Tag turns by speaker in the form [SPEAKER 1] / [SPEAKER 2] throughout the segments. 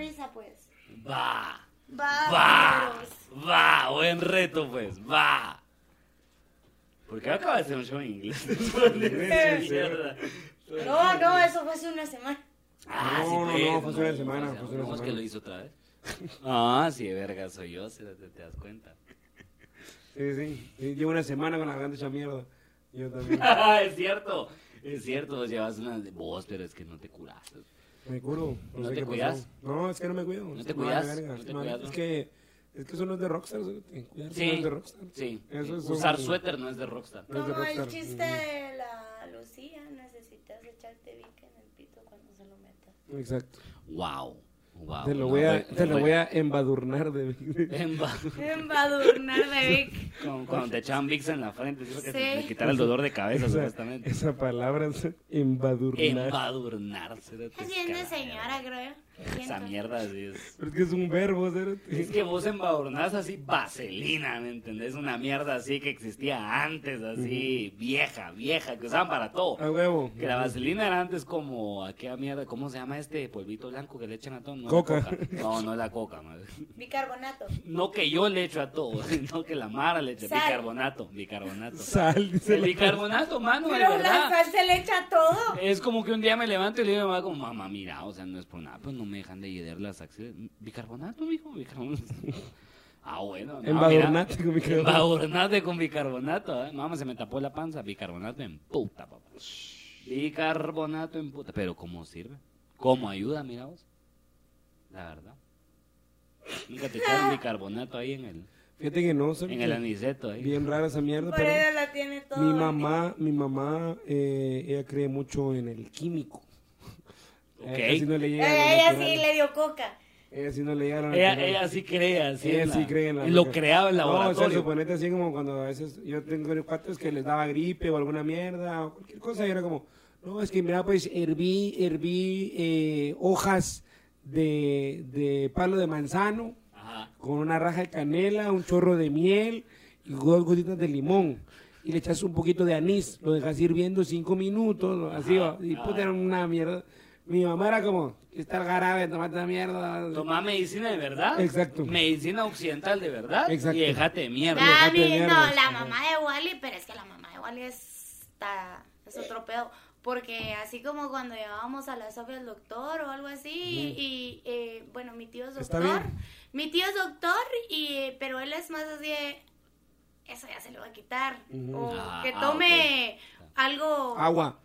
[SPEAKER 1] esa, pues.
[SPEAKER 2] Va.
[SPEAKER 1] Va.
[SPEAKER 2] Va.
[SPEAKER 1] Vaqueros.
[SPEAKER 2] Va. Buen reto, pues. Va. Porque acaba de hacer un show en inglés.
[SPEAKER 3] sí, sí.
[SPEAKER 2] Mierda.
[SPEAKER 1] No, no, eso fue hace una semana.
[SPEAKER 2] Ah,
[SPEAKER 3] No,
[SPEAKER 2] sí,
[SPEAKER 3] no,
[SPEAKER 2] pues,
[SPEAKER 3] no, fue hace una semana,
[SPEAKER 2] o sea,
[SPEAKER 3] fue hace una
[SPEAKER 2] ¿cómo es que
[SPEAKER 3] semana.
[SPEAKER 2] lo hizo otra vez? Ah, sí, verga, soy yo, si te, te das cuenta.
[SPEAKER 3] Sí, sí. Sí, Llevo una semana con la garganta hecha mierda. Yo también.
[SPEAKER 2] es cierto, es cierto, vos llevas una de vos, pero es que no te curaste.
[SPEAKER 3] Me curo. No,
[SPEAKER 2] ¿No
[SPEAKER 3] sé
[SPEAKER 2] te
[SPEAKER 3] qué pasó.
[SPEAKER 2] cuidas?
[SPEAKER 3] No, es que no me cuido.
[SPEAKER 2] ¿No te
[SPEAKER 3] Es que me
[SPEAKER 2] cuidas?
[SPEAKER 3] vale verga,
[SPEAKER 2] ¿No te
[SPEAKER 3] me vale-
[SPEAKER 2] cuidas,
[SPEAKER 3] Es
[SPEAKER 2] no?
[SPEAKER 3] que, es que eso no es de rockstar. eso te- Cuidarse no
[SPEAKER 2] Sí,
[SPEAKER 3] es de rockstar.
[SPEAKER 2] sí.
[SPEAKER 3] Eso es
[SPEAKER 2] Usar
[SPEAKER 3] un-
[SPEAKER 2] suéter no es de rockstar.
[SPEAKER 3] No es de
[SPEAKER 1] Como el
[SPEAKER 3] rockstar.
[SPEAKER 1] chiste de la Lucía, necesitas echarte bica en el pito cuando se lo metas.
[SPEAKER 3] Exacto.
[SPEAKER 2] Wow, wow.
[SPEAKER 3] te lo
[SPEAKER 2] Ah, no,
[SPEAKER 3] voy a,
[SPEAKER 2] güey,
[SPEAKER 3] te lo
[SPEAKER 2] güey.
[SPEAKER 3] voy a embadurnar de...
[SPEAKER 2] En ba-
[SPEAKER 1] Embadurnar de bic.
[SPEAKER 2] Como cuando te echaban Vicks en la frente, dijo que
[SPEAKER 1] Sí.
[SPEAKER 2] te, te quitara el dolor de cabeza,
[SPEAKER 3] esa,
[SPEAKER 2] supuestamente.
[SPEAKER 3] esa palabra es embadurnar.
[SPEAKER 2] Embadurnar, cérate,
[SPEAKER 1] Es bien de
[SPEAKER 2] escala,
[SPEAKER 1] señora, creo.
[SPEAKER 2] mierda. Esa mierda, sí es.
[SPEAKER 3] Pero es que es un verbo,
[SPEAKER 2] Es
[SPEAKER 3] ¿sí?
[SPEAKER 2] que vos embadurnás así vaselina, ¿me entendés? Una mierda así que existía antes, así vieja, vieja, que usaban para todo.
[SPEAKER 3] A huevo.
[SPEAKER 2] Que la vaselina era antes como aquella mierda, ¿cómo se llama este polvito blanco que le echan a todo? No, la
[SPEAKER 3] Coca.
[SPEAKER 2] No, no es la coca, madre.
[SPEAKER 1] Bicarbonato.
[SPEAKER 2] No que yo le echo a todo, no que la Mara le eche
[SPEAKER 1] Sal.
[SPEAKER 2] bicarbonato, bicarbonato.
[SPEAKER 3] Sal, dice
[SPEAKER 2] El
[SPEAKER 3] la-
[SPEAKER 2] bicarbonato, mano, de
[SPEAKER 1] Pero la
[SPEAKER 2] verdad.
[SPEAKER 1] sal se le echa a todo.
[SPEAKER 2] Es como que un día me levanto y le digo a mi mamá como, mamá, mira, o sea, no es por nada, pues no me dejan de lleder las axilas. ¿Bicarbonato, mijo? ¿Bicarbonato? Ah, bueno. no,
[SPEAKER 3] Embadurnate
[SPEAKER 2] mira.
[SPEAKER 3] con bicarbonato.
[SPEAKER 2] Embadurnate con bicarbonato. ¿eh? Mamá, se me tapó la panza. Bicarbonato en puta, papá. Bicarbonato en puta. Pero ¿cómo sirve? ¿Cómo ayuda, mira vos? La verdad. Nunca te echaron bicarbonato ahí en el,
[SPEAKER 3] Fíjate que no,
[SPEAKER 2] en el
[SPEAKER 3] ¿sabes?
[SPEAKER 2] aniceto. Ahí.
[SPEAKER 3] Bien rara esa mierda,
[SPEAKER 1] Por
[SPEAKER 3] pero...
[SPEAKER 1] ella la tiene todo.
[SPEAKER 3] Mi mamá, mi mamá, eh, ella cree mucho en el químico.
[SPEAKER 2] Ok.
[SPEAKER 3] A Ella sí no le llega. a
[SPEAKER 1] Ella,
[SPEAKER 3] lo
[SPEAKER 1] ella
[SPEAKER 3] natural.
[SPEAKER 1] sí le dio coca.
[SPEAKER 3] Ella sí no le llega. a lo
[SPEAKER 2] Ella,
[SPEAKER 3] natural.
[SPEAKER 2] ella sí cree así.
[SPEAKER 3] Ella
[SPEAKER 2] en la-
[SPEAKER 3] sí cree en la
[SPEAKER 2] Lo
[SPEAKER 3] droga.
[SPEAKER 2] creaba en
[SPEAKER 3] No, o sea,
[SPEAKER 2] laboratorio.
[SPEAKER 3] suponete así como cuando a veces yo tengo cuates que les daba gripe o alguna mierda o cualquier cosa y era como, no, es que mira, pues herví, herví eh, hojas de, de palo de manzano
[SPEAKER 2] Ajá.
[SPEAKER 3] con una raja de canela, un chorro de miel y dos gotitas de limón. Y le echas un poquito de anís, lo dejas hirviendo cinco minutos, ¿no? así va. Y puta, era una mierda. Mi mamá era como, está el jarabe, tomate la mierda.
[SPEAKER 2] Tomá medicina de verdad.
[SPEAKER 3] Exacto.
[SPEAKER 2] Medicina occidental de verdad.
[SPEAKER 3] Exacto.
[SPEAKER 2] Y déjate de mierda.
[SPEAKER 1] Ah,
[SPEAKER 3] déjate
[SPEAKER 1] mi-
[SPEAKER 3] de
[SPEAKER 1] no,
[SPEAKER 3] mierdas.
[SPEAKER 1] la mamá de Wally, pero es que la mamá de Wally está, es otro pedo. Porque así como cuando llevábamos a la Sofía al doctor o algo así, y, eh, bueno, mi tío es
[SPEAKER 3] Está
[SPEAKER 1] doctor.
[SPEAKER 3] bien.
[SPEAKER 1] Mi tío es doctor, y, eh, pero él es más así de, eso ya se lo va a quitar.
[SPEAKER 3] Ujú.
[SPEAKER 1] O
[SPEAKER 2] Ah,
[SPEAKER 1] que
[SPEAKER 2] ah,
[SPEAKER 1] tome algo.
[SPEAKER 3] Agua.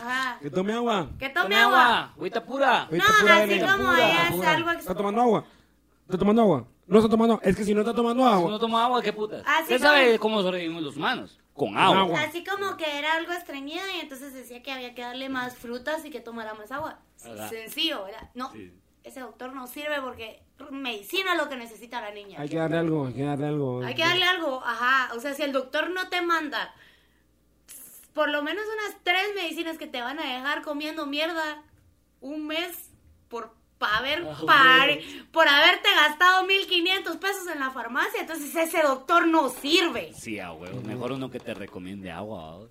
[SPEAKER 1] ajá,
[SPEAKER 3] Que tome agua.
[SPEAKER 1] que tome
[SPEAKER 2] Tome
[SPEAKER 1] agua.
[SPEAKER 2] agua. Agüita pura.
[SPEAKER 3] Ahorita
[SPEAKER 1] No,
[SPEAKER 3] pura
[SPEAKER 1] así
[SPEAKER 3] Elena,
[SPEAKER 1] como
[SPEAKER 3] pura,
[SPEAKER 1] ella es
[SPEAKER 3] pura.
[SPEAKER 1] algo ex-
[SPEAKER 3] Está tomando agua. Está tomando agua. No está tomando. Es que si no está tomando
[SPEAKER 2] Si
[SPEAKER 3] agua.
[SPEAKER 2] no toma agua, qué putas.
[SPEAKER 1] Así
[SPEAKER 2] ¿Usted
[SPEAKER 1] como-
[SPEAKER 2] sabe cómo sobrevivimos los humanos? Con agua.
[SPEAKER 3] agua.
[SPEAKER 1] Así como que era algo estreñida y entonces decía que había que darle más frutas y que tomara más agua.
[SPEAKER 2] Ajá.
[SPEAKER 1] Sencillo, ¿verdad? No,
[SPEAKER 2] Sí.
[SPEAKER 1] ese doctor no sirve porque medicina es lo que necesita la niña.
[SPEAKER 3] Hay que darle algo, hay que darle algo.
[SPEAKER 1] Hay que darle algo, ajá. O sea, si el doctor no te manda por lo menos unas tres medicinas que te van a dejar comiendo mierda un mes por pa haber,
[SPEAKER 2] Ah,
[SPEAKER 1] par-
[SPEAKER 2] güey.
[SPEAKER 1] por haberte gastado 1500 pesos en la farmacia, entonces ese doctor no sirve.
[SPEAKER 2] Sí, a huevo. Mejor uno que te recomiende agua. ¿va?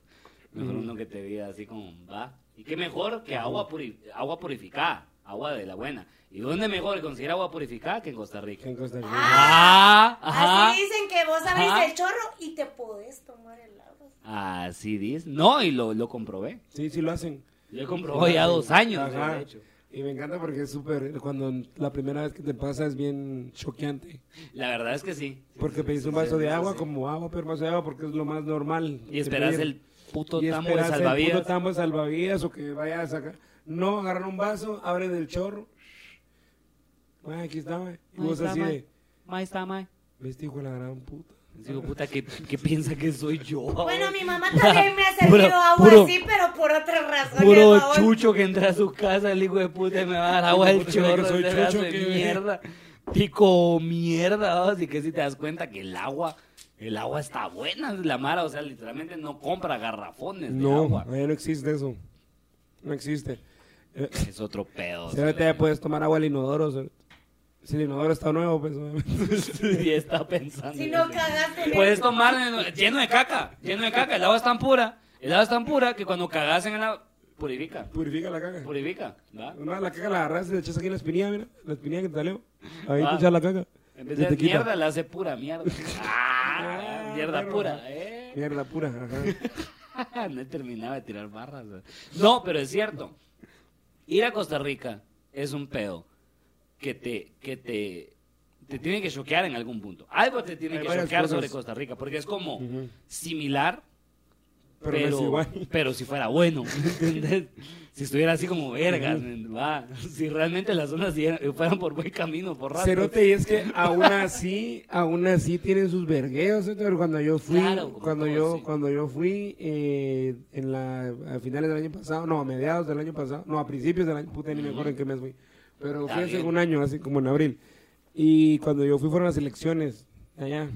[SPEAKER 2] Mejor uno que te diga así como va. Y qué mejor que agua, puri- agua purificada. Agua de la buena. ¿Y dónde mejor conseguir agua purificada que en Costa Rica?
[SPEAKER 3] En Costa Rica.
[SPEAKER 2] Ah, ajá.
[SPEAKER 1] Así dicen que vos abrís
[SPEAKER 2] Ajá.
[SPEAKER 1] el chorro y te podés tomar el agua.
[SPEAKER 2] Así dice. No, y lo, lo comprobé.
[SPEAKER 3] Sí, sí lo hacen.
[SPEAKER 2] Yo he comprobado ya dos años.
[SPEAKER 3] Ajá.
[SPEAKER 2] de hecho.
[SPEAKER 3] Y me encanta porque es súper. Cuando la primera vez que te pasa es bien choqueante.
[SPEAKER 2] La verdad es que sí.
[SPEAKER 3] Porque pedís un vaso de agua como agua, pero vaso de agua porque es lo más normal.
[SPEAKER 2] Y esperas
[SPEAKER 3] pedir.
[SPEAKER 2] el puto
[SPEAKER 3] Y
[SPEAKER 2] tambo de
[SPEAKER 3] esperas el
[SPEAKER 2] salvavidas.
[SPEAKER 3] puto tambo de salvavidas o que vayas a sacar. No, agarrar un vaso, abre del chorro. Ay, aquí está, güey. Y vos así de.
[SPEAKER 2] Mae está, mae.
[SPEAKER 3] Viste, hijo de la gran puta.
[SPEAKER 2] Digo, puta, ¿qué, qué piensa que soy yo?
[SPEAKER 3] eh,
[SPEAKER 1] Bueno, mi mamá también me ha servido
[SPEAKER 2] Puro-
[SPEAKER 1] agua
[SPEAKER 2] puro-
[SPEAKER 1] así, pero por otras razones.
[SPEAKER 2] Puro
[SPEAKER 1] babón.
[SPEAKER 2] chucho que entra a su casa, el hijo de puta, y me va a dar agua del
[SPEAKER 3] Porque cree que
[SPEAKER 2] chorro.
[SPEAKER 3] soy
[SPEAKER 2] ese
[SPEAKER 3] chucho,
[SPEAKER 2] pedazo de
[SPEAKER 3] ¿qué?
[SPEAKER 2] mierda. Pico mierda, ¿no? así que si te das cuenta que el agua, el agua está buena, la mara, o sea, literalmente no compra garrafones de
[SPEAKER 3] No,
[SPEAKER 2] agua.
[SPEAKER 3] allá no existe eso. No existe. Eh,
[SPEAKER 2] Es otro pedo.
[SPEAKER 3] Si ahorita ya puedes tomar agua al inodoro. o sea, Si el inodoro está nuevo, pues obviamente.
[SPEAKER 2] Y está pensando.
[SPEAKER 1] Si no cagaste en
[SPEAKER 3] Pues,
[SPEAKER 2] Puedes
[SPEAKER 1] el...
[SPEAKER 2] tomar en- lleno de caca, lleno de caca. El agua es tan pura, el agua es tan pura que cuando cagas en el agua, Purifica.
[SPEAKER 3] Purifica la caca.
[SPEAKER 2] Purifica. ¿va?
[SPEAKER 3] Una, la caca la agarras, le echas aquí en la espinilla, mira, la espinilla que te salió. Ahí
[SPEAKER 2] Ah.
[SPEAKER 3] te echas la caca.
[SPEAKER 2] En vez
[SPEAKER 3] y
[SPEAKER 2] de
[SPEAKER 3] te quita.
[SPEAKER 2] mierda, la hace pura mierda. Ah, mierda
[SPEAKER 3] perro.
[SPEAKER 2] pura. eh.
[SPEAKER 3] Mierda pura, ajá.
[SPEAKER 2] no he terminado de tirar barras. No, pero es cierto. Ir a Costa Rica es un pedo que te, que te, te tiene que choquear en algún punto. Algo te tiene
[SPEAKER 3] Hay
[SPEAKER 2] que
[SPEAKER 3] varias
[SPEAKER 2] choquear
[SPEAKER 3] cosas.
[SPEAKER 2] sobre Costa Rica, porque es como similar,
[SPEAKER 3] Pero,
[SPEAKER 2] pero,
[SPEAKER 3] no es igual.
[SPEAKER 2] pero si fuera bueno, ¿me ¿entendés? Si estuviera así como vergas, men, va. si realmente las zonas siguieran- fueran por buen camino, por rato.
[SPEAKER 3] Cerote, y es que aún así, aún así tienen sus vergueos, ¿cierto? Pero cuando yo fui,
[SPEAKER 2] Claro, como
[SPEAKER 3] cuando
[SPEAKER 2] todo,
[SPEAKER 3] yo,
[SPEAKER 2] sí.
[SPEAKER 3] cuando yo fui eh, en la, a finales del año pasado, no, a mediados del año pasado, no, a principios del año, puta, ni me acuerdo en qué mes fui, pero
[SPEAKER 2] Está
[SPEAKER 3] fue hace
[SPEAKER 2] bien.
[SPEAKER 3] un año, así como en abril, y cuando yo fui fueron las elecciones allá,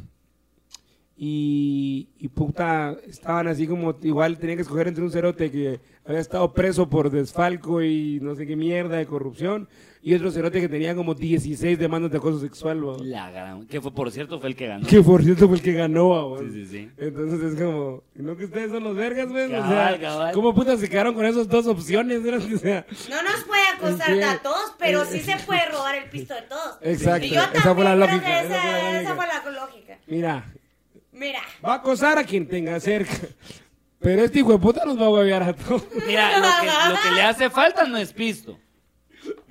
[SPEAKER 3] y, y puta, estaban así como, igual tenían que escoger entre un cerote que había estado preso por desfalco y no sé qué mierda de corrupción, y otro cerote que tenía como 16 demandas de acoso sexual, ¿va?
[SPEAKER 2] La gran- que fue, por cierto, fue el que ganó.
[SPEAKER 3] que por cierto fue el que ganó, ¿va?
[SPEAKER 2] Sí, sí, sí.
[SPEAKER 3] Entonces es como, no que ustedes son los vergas, güey, o
[SPEAKER 2] Cabal,
[SPEAKER 3] sea,
[SPEAKER 2] cabal.
[SPEAKER 3] ¿cómo puta se quedaron con esas dos opciones? Era, o sea,
[SPEAKER 1] No nos puede acusar
[SPEAKER 3] Sí.
[SPEAKER 1] de a todos, pero sí se puede robar el pisto de todos.
[SPEAKER 3] Exacto,
[SPEAKER 1] Y yo
[SPEAKER 3] esa fue la
[SPEAKER 1] también creo
[SPEAKER 3] lógica,
[SPEAKER 1] que
[SPEAKER 3] esa fue la
[SPEAKER 1] Esa,
[SPEAKER 3] lógica.
[SPEAKER 1] esa fue la lógica.
[SPEAKER 3] mira,
[SPEAKER 1] Mira,
[SPEAKER 3] va a acosar a quien tenga cerca, pero este hijo de puta nos va a huevear a todos.
[SPEAKER 2] Mira, lo que, lo que le hace falta no es pisto.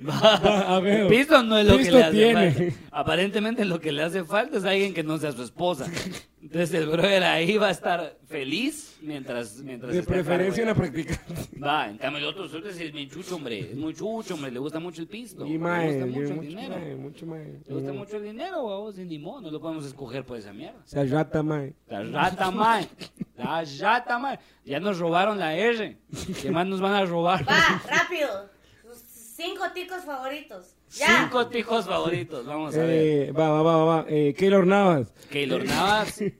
[SPEAKER 3] A ver.
[SPEAKER 2] Pisto no es lo
[SPEAKER 3] Pisto
[SPEAKER 2] que le hace
[SPEAKER 3] tiene.
[SPEAKER 2] falta. Aparentemente lo que le hace falta es alguien que no sea su esposa. Entonces el brother ahí va a estar feliz mientras... mientras
[SPEAKER 3] De
[SPEAKER 2] esté
[SPEAKER 3] preferencia una
[SPEAKER 2] Pues acá, güey.
[SPEAKER 3] practicante.
[SPEAKER 2] Va, en cambio el otro suerte es bien chucho, hombre. Es muy chucho, hombre. Le gusta mucho el pisto.
[SPEAKER 3] Y
[SPEAKER 2] le
[SPEAKER 3] mae,
[SPEAKER 2] gusta
[SPEAKER 3] y
[SPEAKER 2] mucho el
[SPEAKER 3] mucho
[SPEAKER 2] dinero.
[SPEAKER 3] mae, mucho mae.
[SPEAKER 2] Le gusta mucho el dinero, vamos, y ni modo. No lo podemos escoger por esa mierda.
[SPEAKER 3] Se arrata, mae.
[SPEAKER 2] La rata, mae. La rata, mae. Ya nos robaron la R. ¿Qué más nos van a robar?
[SPEAKER 1] va, rápido. Sus cinco ticos favoritos. Ya.
[SPEAKER 2] Cinco tijos favoritos, vamos a ver.
[SPEAKER 3] Eh, va, va, va, va, va. Eh, Keylor Navas.
[SPEAKER 2] Keylor Navas.
[SPEAKER 3] Eh,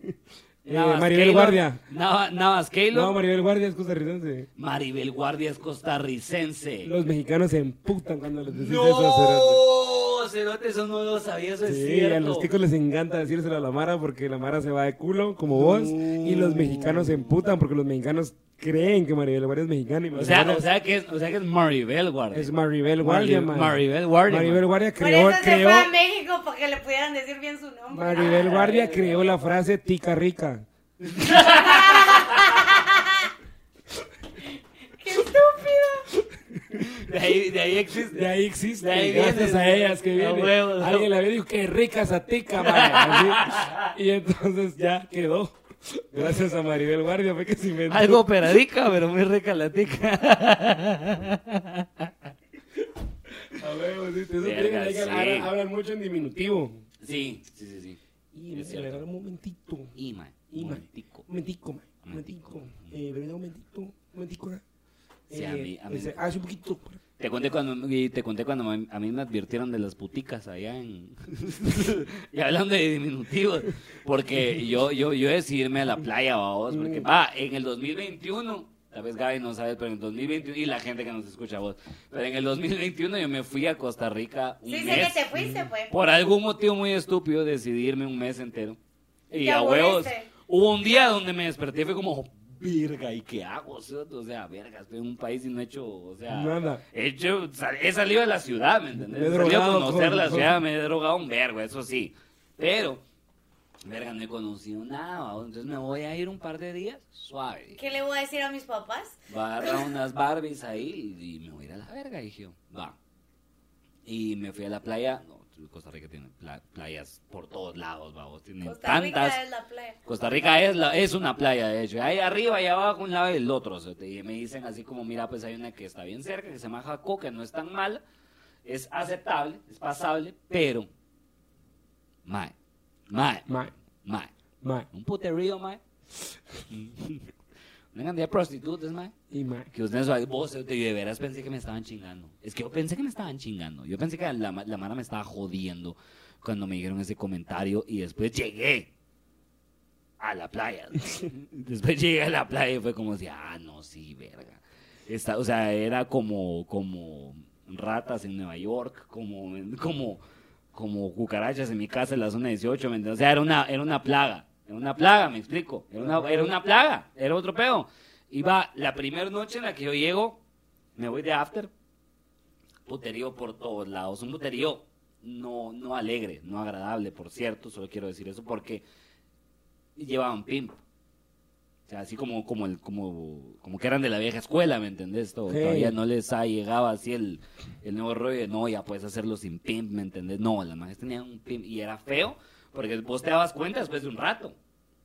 [SPEAKER 3] Maribel
[SPEAKER 2] Keylor,
[SPEAKER 3] Guardia.
[SPEAKER 2] Nava- Navas Keylor.
[SPEAKER 3] No, Maribel Guardia es costarricense.
[SPEAKER 2] Maribel Guardia es costarricense.
[SPEAKER 3] Los mexicanos se emputan cuando les decís eso, cerote.
[SPEAKER 2] no, cerote, eso no lo sabía, eso es
[SPEAKER 3] Sí,
[SPEAKER 2] cierto.
[SPEAKER 3] a los ticos les encanta decírselo a la Mara porque la Mara se va de culo, como vos, y los mexicanos se emputan porque los mexicanos creen que Maribel Guardia es mexicana. y
[SPEAKER 2] o, sea,
[SPEAKER 3] Maribel
[SPEAKER 2] o, sea que es, o sea que es Maribel Guardia.
[SPEAKER 3] es Maribel Guardia,
[SPEAKER 2] Maribel-
[SPEAKER 3] mae.
[SPEAKER 2] Maribel Guardia,
[SPEAKER 3] Maribel
[SPEAKER 2] mae.
[SPEAKER 3] Guardia
[SPEAKER 1] Por
[SPEAKER 3] creó,
[SPEAKER 1] eso se
[SPEAKER 3] creó,
[SPEAKER 1] fue a México para que le pudieran decir bien su nombre.
[SPEAKER 3] Maribel Guardia creó la frase tica rica.
[SPEAKER 1] ¡Qué estúpido!
[SPEAKER 2] De ahí, de ahí existe.
[SPEAKER 3] De ahí existe.
[SPEAKER 2] De ahí
[SPEAKER 3] gracias
[SPEAKER 2] viene.
[SPEAKER 3] a ellas que
[SPEAKER 2] A
[SPEAKER 3] viene.
[SPEAKER 2] huevo, a
[SPEAKER 3] Alguien
[SPEAKER 2] huevo.
[SPEAKER 3] le había dicho que rica esa tica, Mara", así. Y entonces ya quedó. Gracias a Maribel Guardia fue que se inventó.
[SPEAKER 2] Algo peradica, pero muy rica la tica.
[SPEAKER 3] A huevo, sí, esos
[SPEAKER 2] Verga,
[SPEAKER 3] tienen ahí que
[SPEAKER 2] sí.
[SPEAKER 3] hablan- hablan mucho en diminutivo.
[SPEAKER 2] sí, sí, sí, sí.
[SPEAKER 3] Y
[SPEAKER 2] Es
[SPEAKER 3] me
[SPEAKER 2] cierto.
[SPEAKER 3] regalaron un momentito. Un
[SPEAKER 2] Y, mae,
[SPEAKER 3] Y, mae.
[SPEAKER 2] momentico.
[SPEAKER 3] momentico, ma, un
[SPEAKER 2] Momentico.
[SPEAKER 3] momentico. Eh, venga, un momentito, un momentico. ah.
[SPEAKER 2] Sí, a mí- a mí-
[SPEAKER 3] ese- Hace un poquito.
[SPEAKER 2] Te conté cuando, y te conté cuando me- a mí me advirtieron de las puticas allá en... y hablando de diminutivos, porque yo, yo, yo decidí irme a la playa, vos, porque
[SPEAKER 3] Mm.
[SPEAKER 2] va, en el 2021, tal vez Gaby no sabe, pero en el 2021, y la gente que nos escucha vos, pero en el 2021 yo me fui a Costa Rica un
[SPEAKER 1] Sí, sé que
[SPEAKER 2] mes.
[SPEAKER 1] te fuiste, pues.
[SPEAKER 2] Por algún motivo muy estúpido decidí irme un mes entero. Y
[SPEAKER 1] Te
[SPEAKER 2] a huevos,
[SPEAKER 1] aburriste.
[SPEAKER 2] hubo un día donde me desperté y fue como... Verga, ¿y qué hago? cerote? O sea, verga, estoy en un país y no he hecho, o sea,
[SPEAKER 3] Nada.
[SPEAKER 2] He, hecho- sal- he salido de la ciudad, ¿me entendés?
[SPEAKER 3] Me he
[SPEAKER 2] He salido a
[SPEAKER 3] drogado
[SPEAKER 2] conocer
[SPEAKER 3] con-
[SPEAKER 2] la ciudad, me he drogado un vergo, eso sí. Pero, verga, no he conocido nada, ¿va? entonces me voy a ir un par de días suave.
[SPEAKER 1] ¿Qué le voy a decir a mis papás?
[SPEAKER 2] Va a agarrar unas Barbies ahí y, y me voy a ir a la verga, dije yo. Va. Y me fui a la playa. No, Costa Rica tiene pla- playas por todos lados, vamos. Tiene
[SPEAKER 1] Costa
[SPEAKER 2] tantas.
[SPEAKER 1] Pues, Rica es la playa.
[SPEAKER 2] Costa Rica es, la- es una playa, de hecho. Hay arriba y abajo, un lado y el otro. o sea, te- y me dicen así como, mira, pues hay una que está bien cerca, que se llama Jacó, que no es tan mala. Es aceptable, es pasable, pero... Mae, mae,
[SPEAKER 3] Mae.
[SPEAKER 2] mae.
[SPEAKER 3] Ma,
[SPEAKER 2] Un puterío, mae. Una cantidad de prostitutas, mae.
[SPEAKER 3] y ma.
[SPEAKER 2] Que ustedes ahí, vos, yo de veras pensé que me estaban chingando. Es que yo pensé que me estaban chingando. Yo pensé que la, ma- la Mara me estaba jodiendo cuando me dijeron ese comentario y después llegué a la playa. después llegué a la playa y fue como si, ah, no, sí, verga. Esta- o sea, era como, como ratas en Nueva York, como, como, como cucarachas en mi casa en la zona 18, ¿me entiendes? O sea, era una, era una plaga. Era una plaga, me explico. Era una, era una plaga, era otro pedo. Iba la primera noche en la que yo llego, Me voy de after. Puterío por todos lados. Un puterío no, no alegre, no agradable, por cierto. Solo quiero decir eso porque llevaba un pimp. O sea, así como, como, el, como, como que eran de la vieja escuela, ¿me entendés? To-
[SPEAKER 3] Sí.
[SPEAKER 2] Todavía no les ha- llegaba así el, el nuevo rollo de, no, ya puedes hacerlo sin pimp, ¿me entendés? No, las manes tenían un pimp y era feo porque vos te dabas cuenta después de un rato.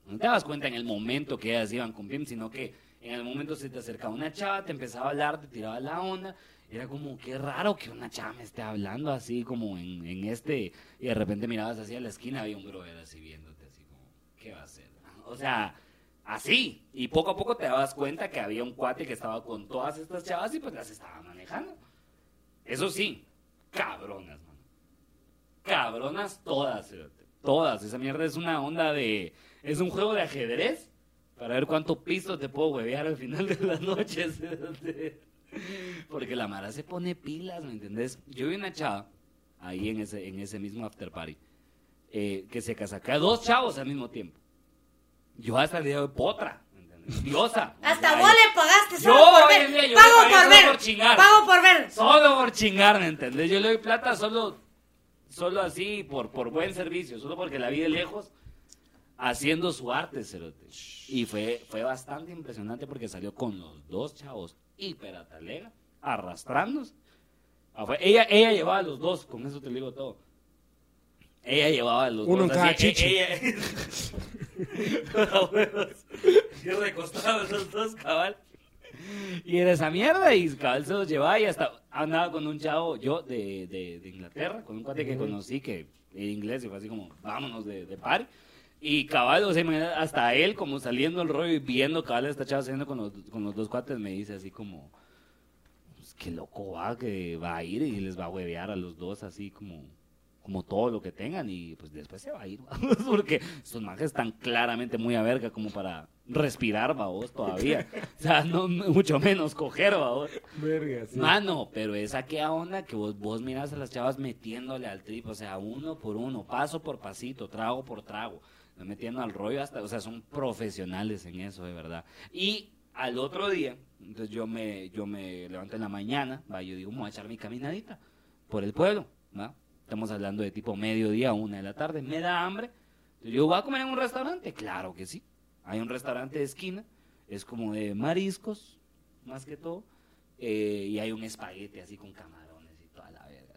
[SPEAKER 2] No te dabas cuenta en el momento que ellas iban con pimp, sino que en el momento se te acercaba una chava, te empezaba a hablar, te tiraba la onda. Era como, qué raro que una chava me esté hablando así como en, en este... Y de repente mirabas hacia la esquina, había un brother así viéndote así como, ¿qué va a hacer? O sea, así. Y poco a poco te dabas cuenta que había un cuate que estaba con todas estas chavas y pues las estaba manejando. Eso sí, cabronas, mano. Cabronas todas, cerote. todas. Esa mierda es una onda de... Es un juego de ajedrez para ver cuánto piso te puedo huevear al final de las noches. cerote. Porque la Mara se pone pilas, ¿me entendés? Yo vi una chava ahí en ese, en ese mismo after party eh, que se casaca a dos chavos al mismo tiempo. Yo hasta el día de hoy, potra, ¿me entendés? Diosa.
[SPEAKER 1] Hasta
[SPEAKER 2] O sea,
[SPEAKER 1] vos le pagaste
[SPEAKER 2] Yo
[SPEAKER 1] solo por
[SPEAKER 2] hoy
[SPEAKER 1] ver.
[SPEAKER 2] en día yo le
[SPEAKER 1] pago por
[SPEAKER 2] pagué solo
[SPEAKER 1] ver.
[SPEAKER 2] por chingar.
[SPEAKER 1] pago por ver.
[SPEAKER 2] Solo por chingar, ¿me entendés? Yo le doy plata solo, solo así, por, por buen servicio, solo porque la vi de lejos haciendo su arte, cerote. Y fue, fue bastante impresionante porque salió con los dos chavos hiper atalega, arrastrándose. Afue- Ah, Ella, ella llevaba a los dos, con eso te lo digo todo. Ella llevaba a los
[SPEAKER 3] Uno
[SPEAKER 2] dos.
[SPEAKER 3] en cada
[SPEAKER 2] así, e-
[SPEAKER 3] chichi.
[SPEAKER 2] ella- A huevos. Y recostados los dos, cabal. Y era esa mierda y cabal se los llevaba y hasta andaba con un chavo, yo de, de, de Inglaterra, con un cuate que conocí que era inglés y fue así como, vámonos de, de party. Y cabal, o sea, imagina- hasta él como saliendo el rollo y viendo cabal a esta chava saliendo con los, con los dos cuates me dice así como, pues qué loco va, que va a ir y les va a huevear a los dos así como como todo lo que tengan y pues después se va a ir, vamos, porque sus majes están claramente muy a verga como para respirar, babos, todavía. O sea, no, no- mucho menos coger, babos.
[SPEAKER 3] Verga, sí.
[SPEAKER 2] Mano, pero es aquella onda que vos, vos miras a las chavas metiéndole al trip, o sea, uno por uno, paso por pasito, trago por trago, le metiendo al rollo hasta, o sea, son profesionales en eso, de verdad. Y al otro día, entonces yo me, yo me levanto en la mañana, va, yo digo, me voy a echar mi caminadita por el pueblo, ¿va? Estamos hablando de tipo mediodía, una de la tarde, me da hambre, entonces yo voy a comer en un restaurante, claro que sí, hay un restaurante de esquina, es como de mariscos, más que todo, eh, y hay un espagueti así con camarones y toda la verga.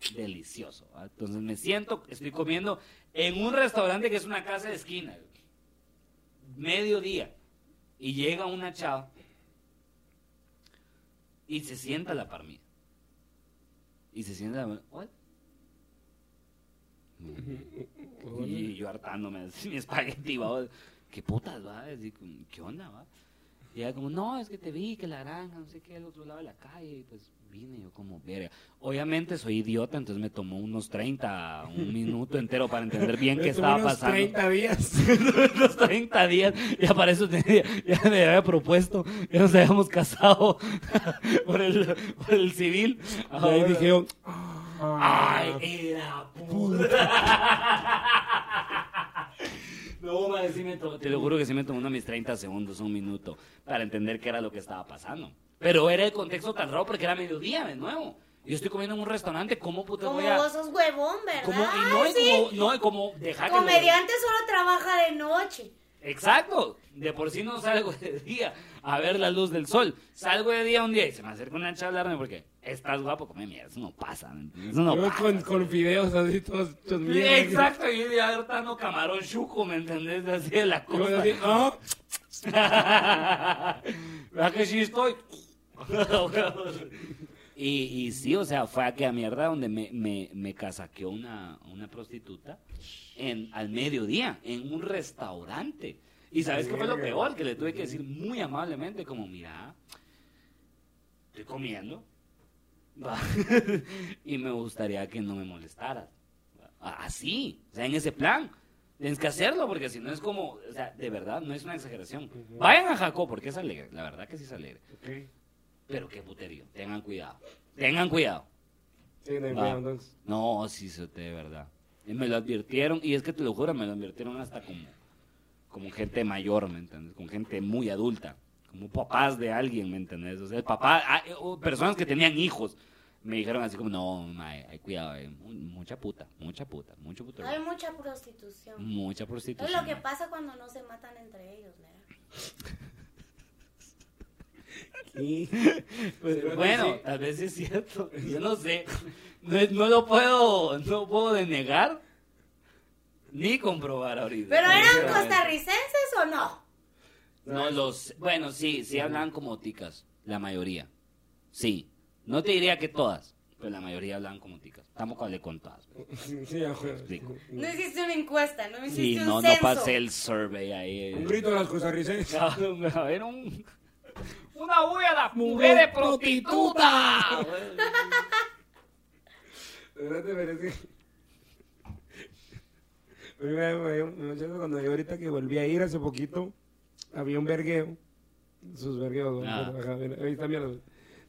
[SPEAKER 2] así. Delicioso. ¿va? Entonces me siento, estoy comiendo en un restaurante que es una casa de esquina. güey. Mediodía. Y llega una chava y se sienta a la par mía. Y se sienta a la par ¿What? Y yo hartándome así, mi espagueti, va. ¿Qué putas, va? Así como, ¿Qué onda, va? Y ella como, no, es que te vi, que la granja, no sé qué, al otro lado de la calle, y pues vine yo como, verga. Obviamente soy idiota, entonces me tomó unos 30, un minuto entero para entender bien qué
[SPEAKER 3] Me tomó
[SPEAKER 2] estaba
[SPEAKER 3] unos
[SPEAKER 2] pasando.
[SPEAKER 3] 30 días.
[SPEAKER 2] los 30 días, ya para eso tenía, ya me había propuesto, ya nos habíamos casado por el, por el civil.
[SPEAKER 3] Y ahí
[SPEAKER 2] Ahora-
[SPEAKER 3] dije yo,
[SPEAKER 2] Ay, era puta. No, madre, sí me tomó- te lo juro que sí me tomó unos mis 30 segundos, un minuto, para entender qué era lo que estaba pasando. Pero era el contexto tan raro porque era mediodía de nuevo. Yo estoy comiendo en un restaurante, ¿cómo puta
[SPEAKER 1] Como
[SPEAKER 2] voy a...?
[SPEAKER 1] vos sos huevón, ¿verdad?
[SPEAKER 2] Como, y no,
[SPEAKER 1] Ay,
[SPEAKER 2] y
[SPEAKER 1] sí.
[SPEAKER 2] como, no, y como, deja que lo-
[SPEAKER 1] Comediante solo trabaja de noche.
[SPEAKER 2] Exacto, de por sí no salgo de día a ver la luz del sol. Salgo de día un día y se me acerca una chava a hablarme porque estás guapo, come mierda, eso no pasa, ¿me entiendes? eso no
[SPEAKER 3] yo
[SPEAKER 2] pasa.
[SPEAKER 3] con, con fideos así todos estos
[SPEAKER 2] Sí, exacto, y de haber tanto camarón chuco, ¿me entendés? Así de la
[SPEAKER 3] Yo
[SPEAKER 2] costa.
[SPEAKER 3] así, ah,
[SPEAKER 2] ¿Verdad que sí estoy? y, y sí, o sea, fue aquella mierda donde me, me, me casaqueó una, una prostituta en, al mediodía, en un restaurante. Y ¿sabes qué fue lo peor? Que le tuve que decir muy amablemente, como, mira, estoy comiendo. va, y me gustaría que no me molestaras. A- Así, o sea, en ese plan. Tienes que hacerlo porque si no es como, o sea, de verdad, no es una exageración. Vayan a Jacob porque es alegre, la verdad que sí es alegre.
[SPEAKER 3] ok.
[SPEAKER 2] Pero qué puterío, tengan cuidado, tengan cuidado.
[SPEAKER 3] Sí, no hay
[SPEAKER 2] Va.
[SPEAKER 3] pedo, entonces.
[SPEAKER 2] No, sí, se te de verdad. Y me lo advirtieron, y es que te lo juro, me lo advirtieron hasta como, como gente mayor, ¿me entiendes? Con gente muy adulta. como papás de alguien, ¿me entendés? O sea, el papá, ah, eh, o personas que tenían hijos, me dijeron así como, no, mae, ay, cuidado, eh, mu- mucha puta, mucha puta, mucho puto.
[SPEAKER 1] Hay mucha prostitución.
[SPEAKER 2] Mucha
[SPEAKER 1] Es
[SPEAKER 2] Mm, prostitución.
[SPEAKER 1] lo que
[SPEAKER 2] mae.
[SPEAKER 1] pasa cuando no se matan entre ellos, ¿verdad?
[SPEAKER 2] Pues, bueno, tal vez sí es cierto, yo no sé, no, es- no lo puedo, no puedo denegar ni comprobar ahorita.
[SPEAKER 1] ¿Pero eran
[SPEAKER 2] Sinceramente.
[SPEAKER 1] costarricenses o no?
[SPEAKER 2] No los. Bueno, sí, sí hablaban como ticas. La mayoría. Sí. No te diría que todas, pero la mayoría hablaban como ticas. Tampoco hablé con todas.
[SPEAKER 3] Sí, a juego.
[SPEAKER 2] Rico.
[SPEAKER 1] No hiciste una encuesta, no hiciste
[SPEAKER 2] Sí,
[SPEAKER 1] un
[SPEAKER 2] no, no
[SPEAKER 1] censo.
[SPEAKER 2] pasé el survey
[SPEAKER 3] Un
[SPEAKER 2] ahí.
[SPEAKER 3] grito a las costarricenses.
[SPEAKER 2] A ver, un. Una bulla a las
[SPEAKER 3] mujeres
[SPEAKER 2] mujeres prostitutas.
[SPEAKER 3] De verdad, de verdad, sí. Mira, güey, me acuerdo cuando yo ahorita que volví a ir hace poquito, había un vergueo. Sus vergueos, ¿no?
[SPEAKER 2] Ah.
[SPEAKER 3] Ajá, mira, ahí está, mira.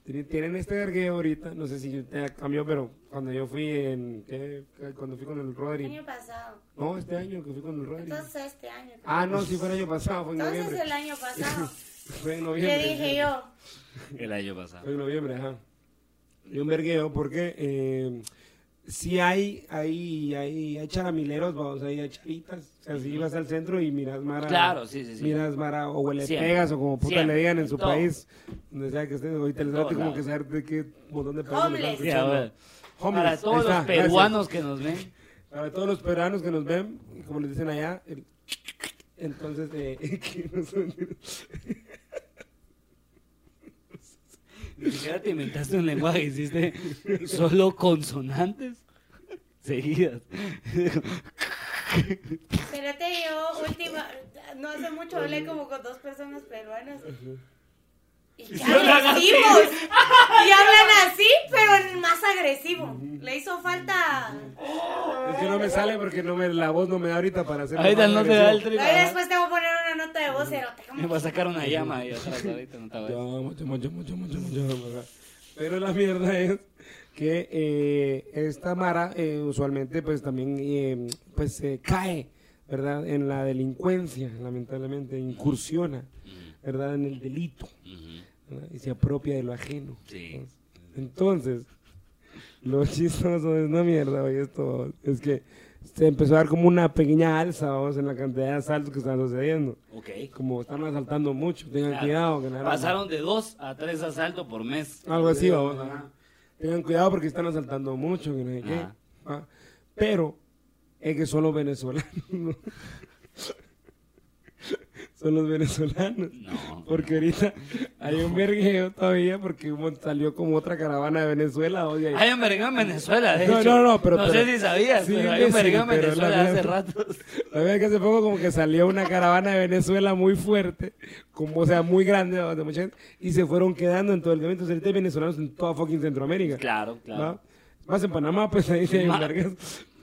[SPEAKER 3] Tienen- Tienen este vergueo ahorita, no sé si ya cambió, pero cuando yo fui en. ¿qué? Cuando fui con el
[SPEAKER 1] El
[SPEAKER 3] Rodri.
[SPEAKER 1] año pasado.
[SPEAKER 3] No, este año que fui con el Rodri.
[SPEAKER 1] Entonces este año.
[SPEAKER 3] Ah, no, sí fue el año pasado, fue en
[SPEAKER 1] Entonces
[SPEAKER 3] noviembre.
[SPEAKER 1] el año pasado.
[SPEAKER 3] Fue en
[SPEAKER 1] ¿Qué
[SPEAKER 3] noviembre.
[SPEAKER 1] dije yo?
[SPEAKER 2] El año pasado.
[SPEAKER 3] Fue en noviembre, ajá. Y un vergueo, porque eh, sí hay, hay, hay, hay charamileros, vamos, hay, hay charitas. O sea, si ibas al centro y miras Mara.
[SPEAKER 2] Claro, sí, sí, sí.
[SPEAKER 3] Miras Mara o le
[SPEAKER 2] Siempre.
[SPEAKER 3] pegas o como puta
[SPEAKER 2] Siempre.
[SPEAKER 3] le digan en su
[SPEAKER 2] Todo.
[SPEAKER 3] país. Donde sea que estés, ahorita les
[SPEAKER 2] Todo
[SPEAKER 3] trate como
[SPEAKER 2] lado.
[SPEAKER 3] que saber de qué montón de
[SPEAKER 1] Homeless.
[SPEAKER 3] le están
[SPEAKER 2] Sí, a
[SPEAKER 3] escuchando.
[SPEAKER 2] ver.
[SPEAKER 3] Homeless,
[SPEAKER 2] Para
[SPEAKER 3] ahí
[SPEAKER 2] todos
[SPEAKER 3] está,
[SPEAKER 2] los
[SPEAKER 3] gracias.
[SPEAKER 2] peruanos que nos ven.
[SPEAKER 3] Para todos los peruanos que nos ven, como les dicen allá, el- entonces, eh, que nos-
[SPEAKER 2] Ni siquiera te inventaste un lenguaje, hiciste solo consonantes seguidas.
[SPEAKER 1] Espérate, yo última, no hace mucho hablé como con dos personas peruanas. Y ya
[SPEAKER 2] hablan así.
[SPEAKER 1] agresivos. Y hablan así, pero más agresivo. Le hizo falta.
[SPEAKER 3] es que no me sale porque no me, la voz no me da ahorita para hacer.
[SPEAKER 2] Ahorita no te da el trip.
[SPEAKER 1] Ahí después te voy a poner una nota de voz erótica.
[SPEAKER 2] Me va a sacar una llama ahí atrás ahorita, no te voy a-
[SPEAKER 3] Yo, mucho, mucho, mucho, mucho, mucho, mucho. Pero la mierda es que eh, esta Mara eh, usualmente pues también eh, pues se cae, ¿verdad? En la delincuencia, lamentablemente, incursiona, ¿verdad? En el delito
[SPEAKER 2] Ujú,
[SPEAKER 3] ¿verdad? y se apropia de lo ajeno.
[SPEAKER 2] Sí.
[SPEAKER 3] Entonces, lo chistoso es una mierda, oye, esto es que se empezó a dar como una pequeña alza, vamos, en la cantidad de asaltos que están sucediendo.
[SPEAKER 2] Ok.
[SPEAKER 3] Como están asaltando mucho, tengan
[SPEAKER 2] Claro.
[SPEAKER 3] cuidado. Que la verdad-
[SPEAKER 2] Pasaron de dos a tres asaltos por mes.
[SPEAKER 3] algo así, vamos. ajá. Tengan cuidado porque están asaltando mucho, que no sé qué.
[SPEAKER 2] Ajá.
[SPEAKER 3] ah. Pero es que son los venezolanos. ¿no? son los venezolanos.
[SPEAKER 2] No.
[SPEAKER 3] Porque ahorita hay un vergueo todavía porque hubo- salió como otra caravana de Venezuela. oye,
[SPEAKER 2] Hay un vergón en Venezuela, de
[SPEAKER 3] No,
[SPEAKER 2] hecho.
[SPEAKER 3] no, no, pero-
[SPEAKER 2] No
[SPEAKER 3] pero-
[SPEAKER 2] sé si sabías,
[SPEAKER 3] Sí,
[SPEAKER 2] pero hay un
[SPEAKER 3] sí,
[SPEAKER 2] vergón en
[SPEAKER 3] pero la
[SPEAKER 2] Venezuela hace
[SPEAKER 3] mierda.
[SPEAKER 2] rato.
[SPEAKER 3] La verdad que hace poco como que salió una caravana de Venezuela muy fuerte, como o sea, muy grande, de mucha gente, y se fueron quedando en todo el evento. Entonces, ahorita hay venezolanos en toda fucking Centroamérica.
[SPEAKER 2] Claro,
[SPEAKER 3] ¿no?
[SPEAKER 2] claro.
[SPEAKER 3] Más en Panamá, pues ahí sí hay
[SPEAKER 2] Ma-
[SPEAKER 3] vergas.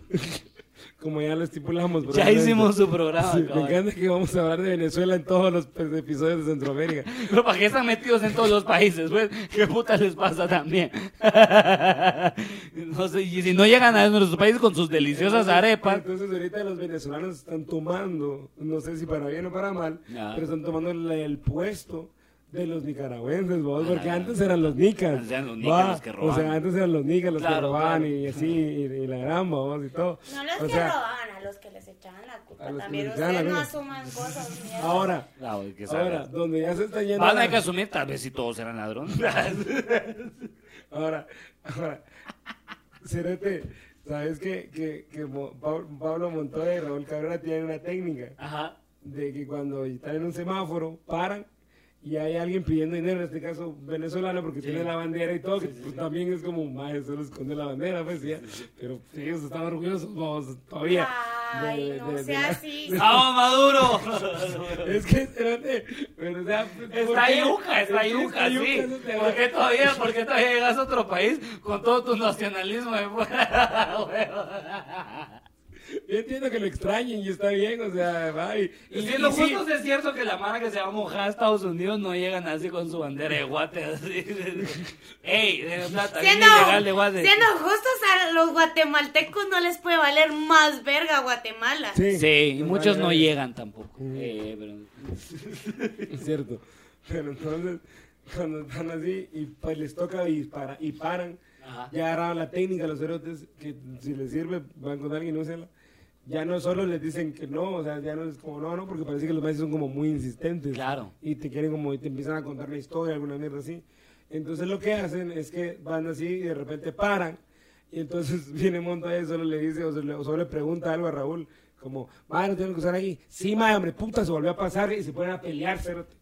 [SPEAKER 3] Como ya lo estipulamos.
[SPEAKER 2] Ya
[SPEAKER 3] probablemente.
[SPEAKER 2] hicimos su programa,
[SPEAKER 3] Sí, me
[SPEAKER 2] cabrón.
[SPEAKER 3] encanta que vamos a hablar de Venezuela en todos los pues, episodios de Centroamérica.
[SPEAKER 2] Pero ¿para qué están metidos en todos los países, pues? ¿Qué puta les pasa también? no sé, y si no llegan a nuestros países con sus deliciosas
[SPEAKER 3] Entonces-
[SPEAKER 2] arepas.
[SPEAKER 3] Entonces ahorita los venezolanos están tomando, no sé si para bien o para mal,
[SPEAKER 2] Ya.
[SPEAKER 3] pero están tomando el, el puesto de los nicaragüenses, ¿vos?
[SPEAKER 2] Ah,
[SPEAKER 3] porque
[SPEAKER 2] ya.
[SPEAKER 3] antes eran los nicas.
[SPEAKER 2] Antes eran los nicas
[SPEAKER 3] ¿va?
[SPEAKER 2] los que robaban.
[SPEAKER 3] O sea, antes eran los nicas los que
[SPEAKER 2] Claro,
[SPEAKER 3] robaban
[SPEAKER 2] claro.
[SPEAKER 3] y así, y, y la gran ¿vos? y todo.
[SPEAKER 1] No los
[SPEAKER 3] o
[SPEAKER 1] que
[SPEAKER 3] sea,
[SPEAKER 1] robaban, a los que les echaban la
[SPEAKER 3] a
[SPEAKER 1] culpa
[SPEAKER 3] los que
[SPEAKER 1] también.
[SPEAKER 3] les echaban la
[SPEAKER 1] Ustedes no
[SPEAKER 3] culpa.
[SPEAKER 1] asuman cosas. mierda.
[SPEAKER 3] Ahora,
[SPEAKER 2] Ah, güey, que sabe.
[SPEAKER 3] ahora, donde ya se está yendo...
[SPEAKER 2] Van
[SPEAKER 3] la-
[SPEAKER 2] a que asumir, tal vez si todos eran ladrones.
[SPEAKER 3] Ahora, ahora, Cerete, ¿sabes qué? Que, que Mo- Pab- Pablo Montoya y Raúl Cabrera tienen una técnica.
[SPEAKER 2] Ajá.
[SPEAKER 3] de que cuando están en un semáforo paran y hay alguien pidiendo dinero, en este caso venezolano, porque tiene la bandera y todo, que pues, también es como, madre, solo esconde la bandera, pues ya, pero sí, ellos están orgullosos, vamos, todavía. de-
[SPEAKER 1] Ay,
[SPEAKER 3] de-
[SPEAKER 1] no
[SPEAKER 3] de- de-
[SPEAKER 1] sea así.
[SPEAKER 2] ¡Vamos, Maduro!
[SPEAKER 3] Es que, espérate, pero o sea, ¿por
[SPEAKER 2] Está
[SPEAKER 3] qué?
[SPEAKER 2] yuca,
[SPEAKER 3] Es
[SPEAKER 2] está
[SPEAKER 3] que
[SPEAKER 2] yuca, sí.
[SPEAKER 3] eso te va-
[SPEAKER 2] ¿Por qué todavía, por qué todavía llegas a otro país con todo tu nacionalismo de fuera?
[SPEAKER 3] Yo entiendo que lo extrañen y está bien, o sea, va y...
[SPEAKER 2] Y
[SPEAKER 3] y-
[SPEAKER 2] si
[SPEAKER 3] y
[SPEAKER 2] lo
[SPEAKER 3] sí,
[SPEAKER 2] justo es cierto que la mara que se va a mojar a Estados Unidos no llegan así con su bandera de guate. Así. ¡Ey! De plata, bien
[SPEAKER 1] Siendo,
[SPEAKER 2] ilegal de guate.
[SPEAKER 1] siendo justos, a los guatemaltecos no les puede valer más verga Guatemala.
[SPEAKER 2] Sí, y muchos no
[SPEAKER 3] llegan.
[SPEAKER 2] llegan tampoco. Eh, pero-
[SPEAKER 3] Es cierto. Pero entonces, cuando están así y pues les toca y, para, y paran,
[SPEAKER 2] Ajá.
[SPEAKER 3] ya agarraban la técnica los cerotes, que si les sirve, van con alguien y úsenla. Ya no solo les dicen que no, o sea, ya no es como no, no, porque parece que los maestros son como muy insistentes.
[SPEAKER 2] Claro.
[SPEAKER 3] Y te quieren como, y te empiezan a contar la historia, alguna mierda así. Entonces lo que hacen es que van así y de repente paran. Y entonces viene Monta y solo le dice, o, se le- o solo le pregunta algo a Raúl, como, madre, no tengo que usar ahí. Sí, madre, hombre, puta, se volvió a pasar y se ponen a pelear, cerote.